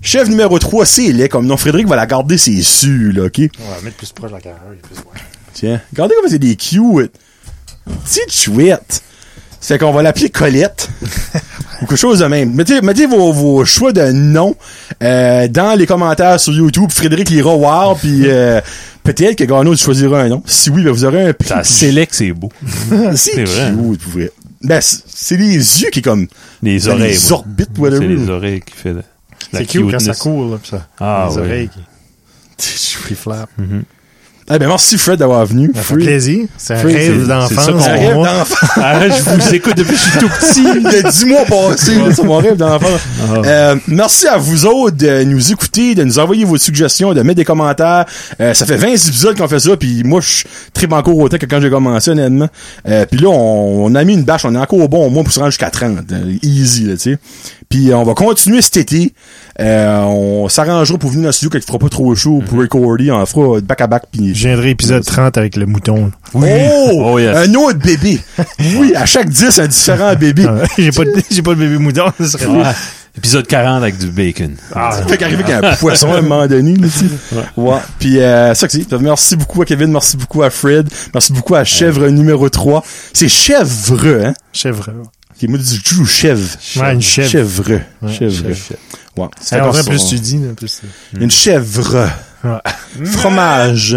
A: chef numéro 3, c'est laid comme nom. Frédéric va la garder, c'est sûr, là, OK?
D: On va mettre plus proche de la carrière. Plus...
A: Tiens, regardez comme c'est des cute. Petite chouette. C'est qu'on va l'appeler Colette. Ou quelque chose de même. Mettez, mettez vos, vos choix de nom euh, dans les commentaires sur YouTube. Frédéric lira voir, puis euh, peut-être que Gano choisira un nom. Si oui, ben vous aurez un prix.
C: Ça sélect, c'est beau.
A: C'est
C: C'est vrai.
A: cute, pour vrai. Ben, c'est c'est les yeux qui est comme...
C: Les oreilles.
A: Ben, Les
C: moi.
A: orbites,
C: C'est
A: whatever.
C: les oreilles qui fait la
D: C'est cute quand ça
C: cuteness.
D: court, là, pis ça.
C: Ah,
D: les
C: ouais.
D: oreilles qui, qui flappent.
A: Eh ben, merci Fred d'avoir venu.
D: Ça fait
A: Free.
D: plaisir. C'est un
A: Free,
C: c'est-
D: rêve
C: c'est
D: d'enfance.
C: ça qu'on
D: pour
A: C'est un rêve
D: moi.
A: d'enfant.
C: Ah, je vous écoute depuis que je suis tout petit.
A: Si, il y a 10 mois passés, là, c'est mon rêve d'enfant.
D: Ah
A: Euh, merci à vous autres de nous écouter, de nous envoyer vos suggestions, de mettre des commentaires. Euh, ça fait 20 épisodes qu'on fait ça, puis moi, je très encore autant que quand j'ai commencé, honnêtement. Euh, puis là, on, on a mis une bâche, on est encore au bon au moins pour se rendre jusqu'à 30. euh, Easy, là, tu sais. Puis euh, on va continuer cet été. Euh, on s'arrangera pour venir dans le studio quand il fera pas trop chaud
D: Mm-hmm.
A: pour recorder. On fera back-à-back, puis
D: Je viendrai épisode 30 avec le mouton. là.
A: Oh!
C: Oh, yes.
A: Un autre bébé. Oui, à chaque 10, un différent bébé.
D: Ah, j'ai pas de, j'ai pas de bébé mouton, ce serait Ah,
C: Ouais. Ah, Épisode 40 avec du bacon. Ah,
A: Ça fait qu'arriver qu'un poisson à un moment donné. là, tu sais. Ouais. Puis euh, ça que c'est. Merci beaucoup à Kevin, merci beaucoup à Fred, merci beaucoup à Chèvre numéro 3. C'est Chèvre, hein?
D: chèvre.
A: Qui moi du joue Chèvre.
D: Ouais, une chèvre.
A: Chèvre.
D: Ouais,
A: Chèvre.
C: chèvre.
A: Ouais. C'est
D: Hey, en
A: encore
D: vrai,
A: ça,
D: plus
A: on-
D: tu dis, là, plus c'est-
A: Une chèvre.
D: Ouais.
A: Fromage.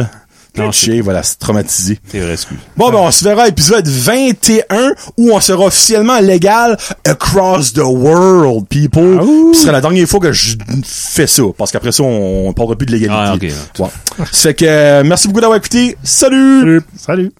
C: Non,
A: Non, chèvre, voilà, c'est traumatisé.
C: T'es vrai, excuse.
A: Bon, ben, on se verra à épisode 21 où on sera officiellement légal across the world, people.
D: Ah, ouh.
A: Puis ce sera la dernière fois que je fais ça. Parce qu'après ça, on, on parlera plus de l'égalité.
C: Ah, ok,
A: Ouais. Ça fait que, euh, merci beaucoup d'avoir écouté. Salut!
D: Salut.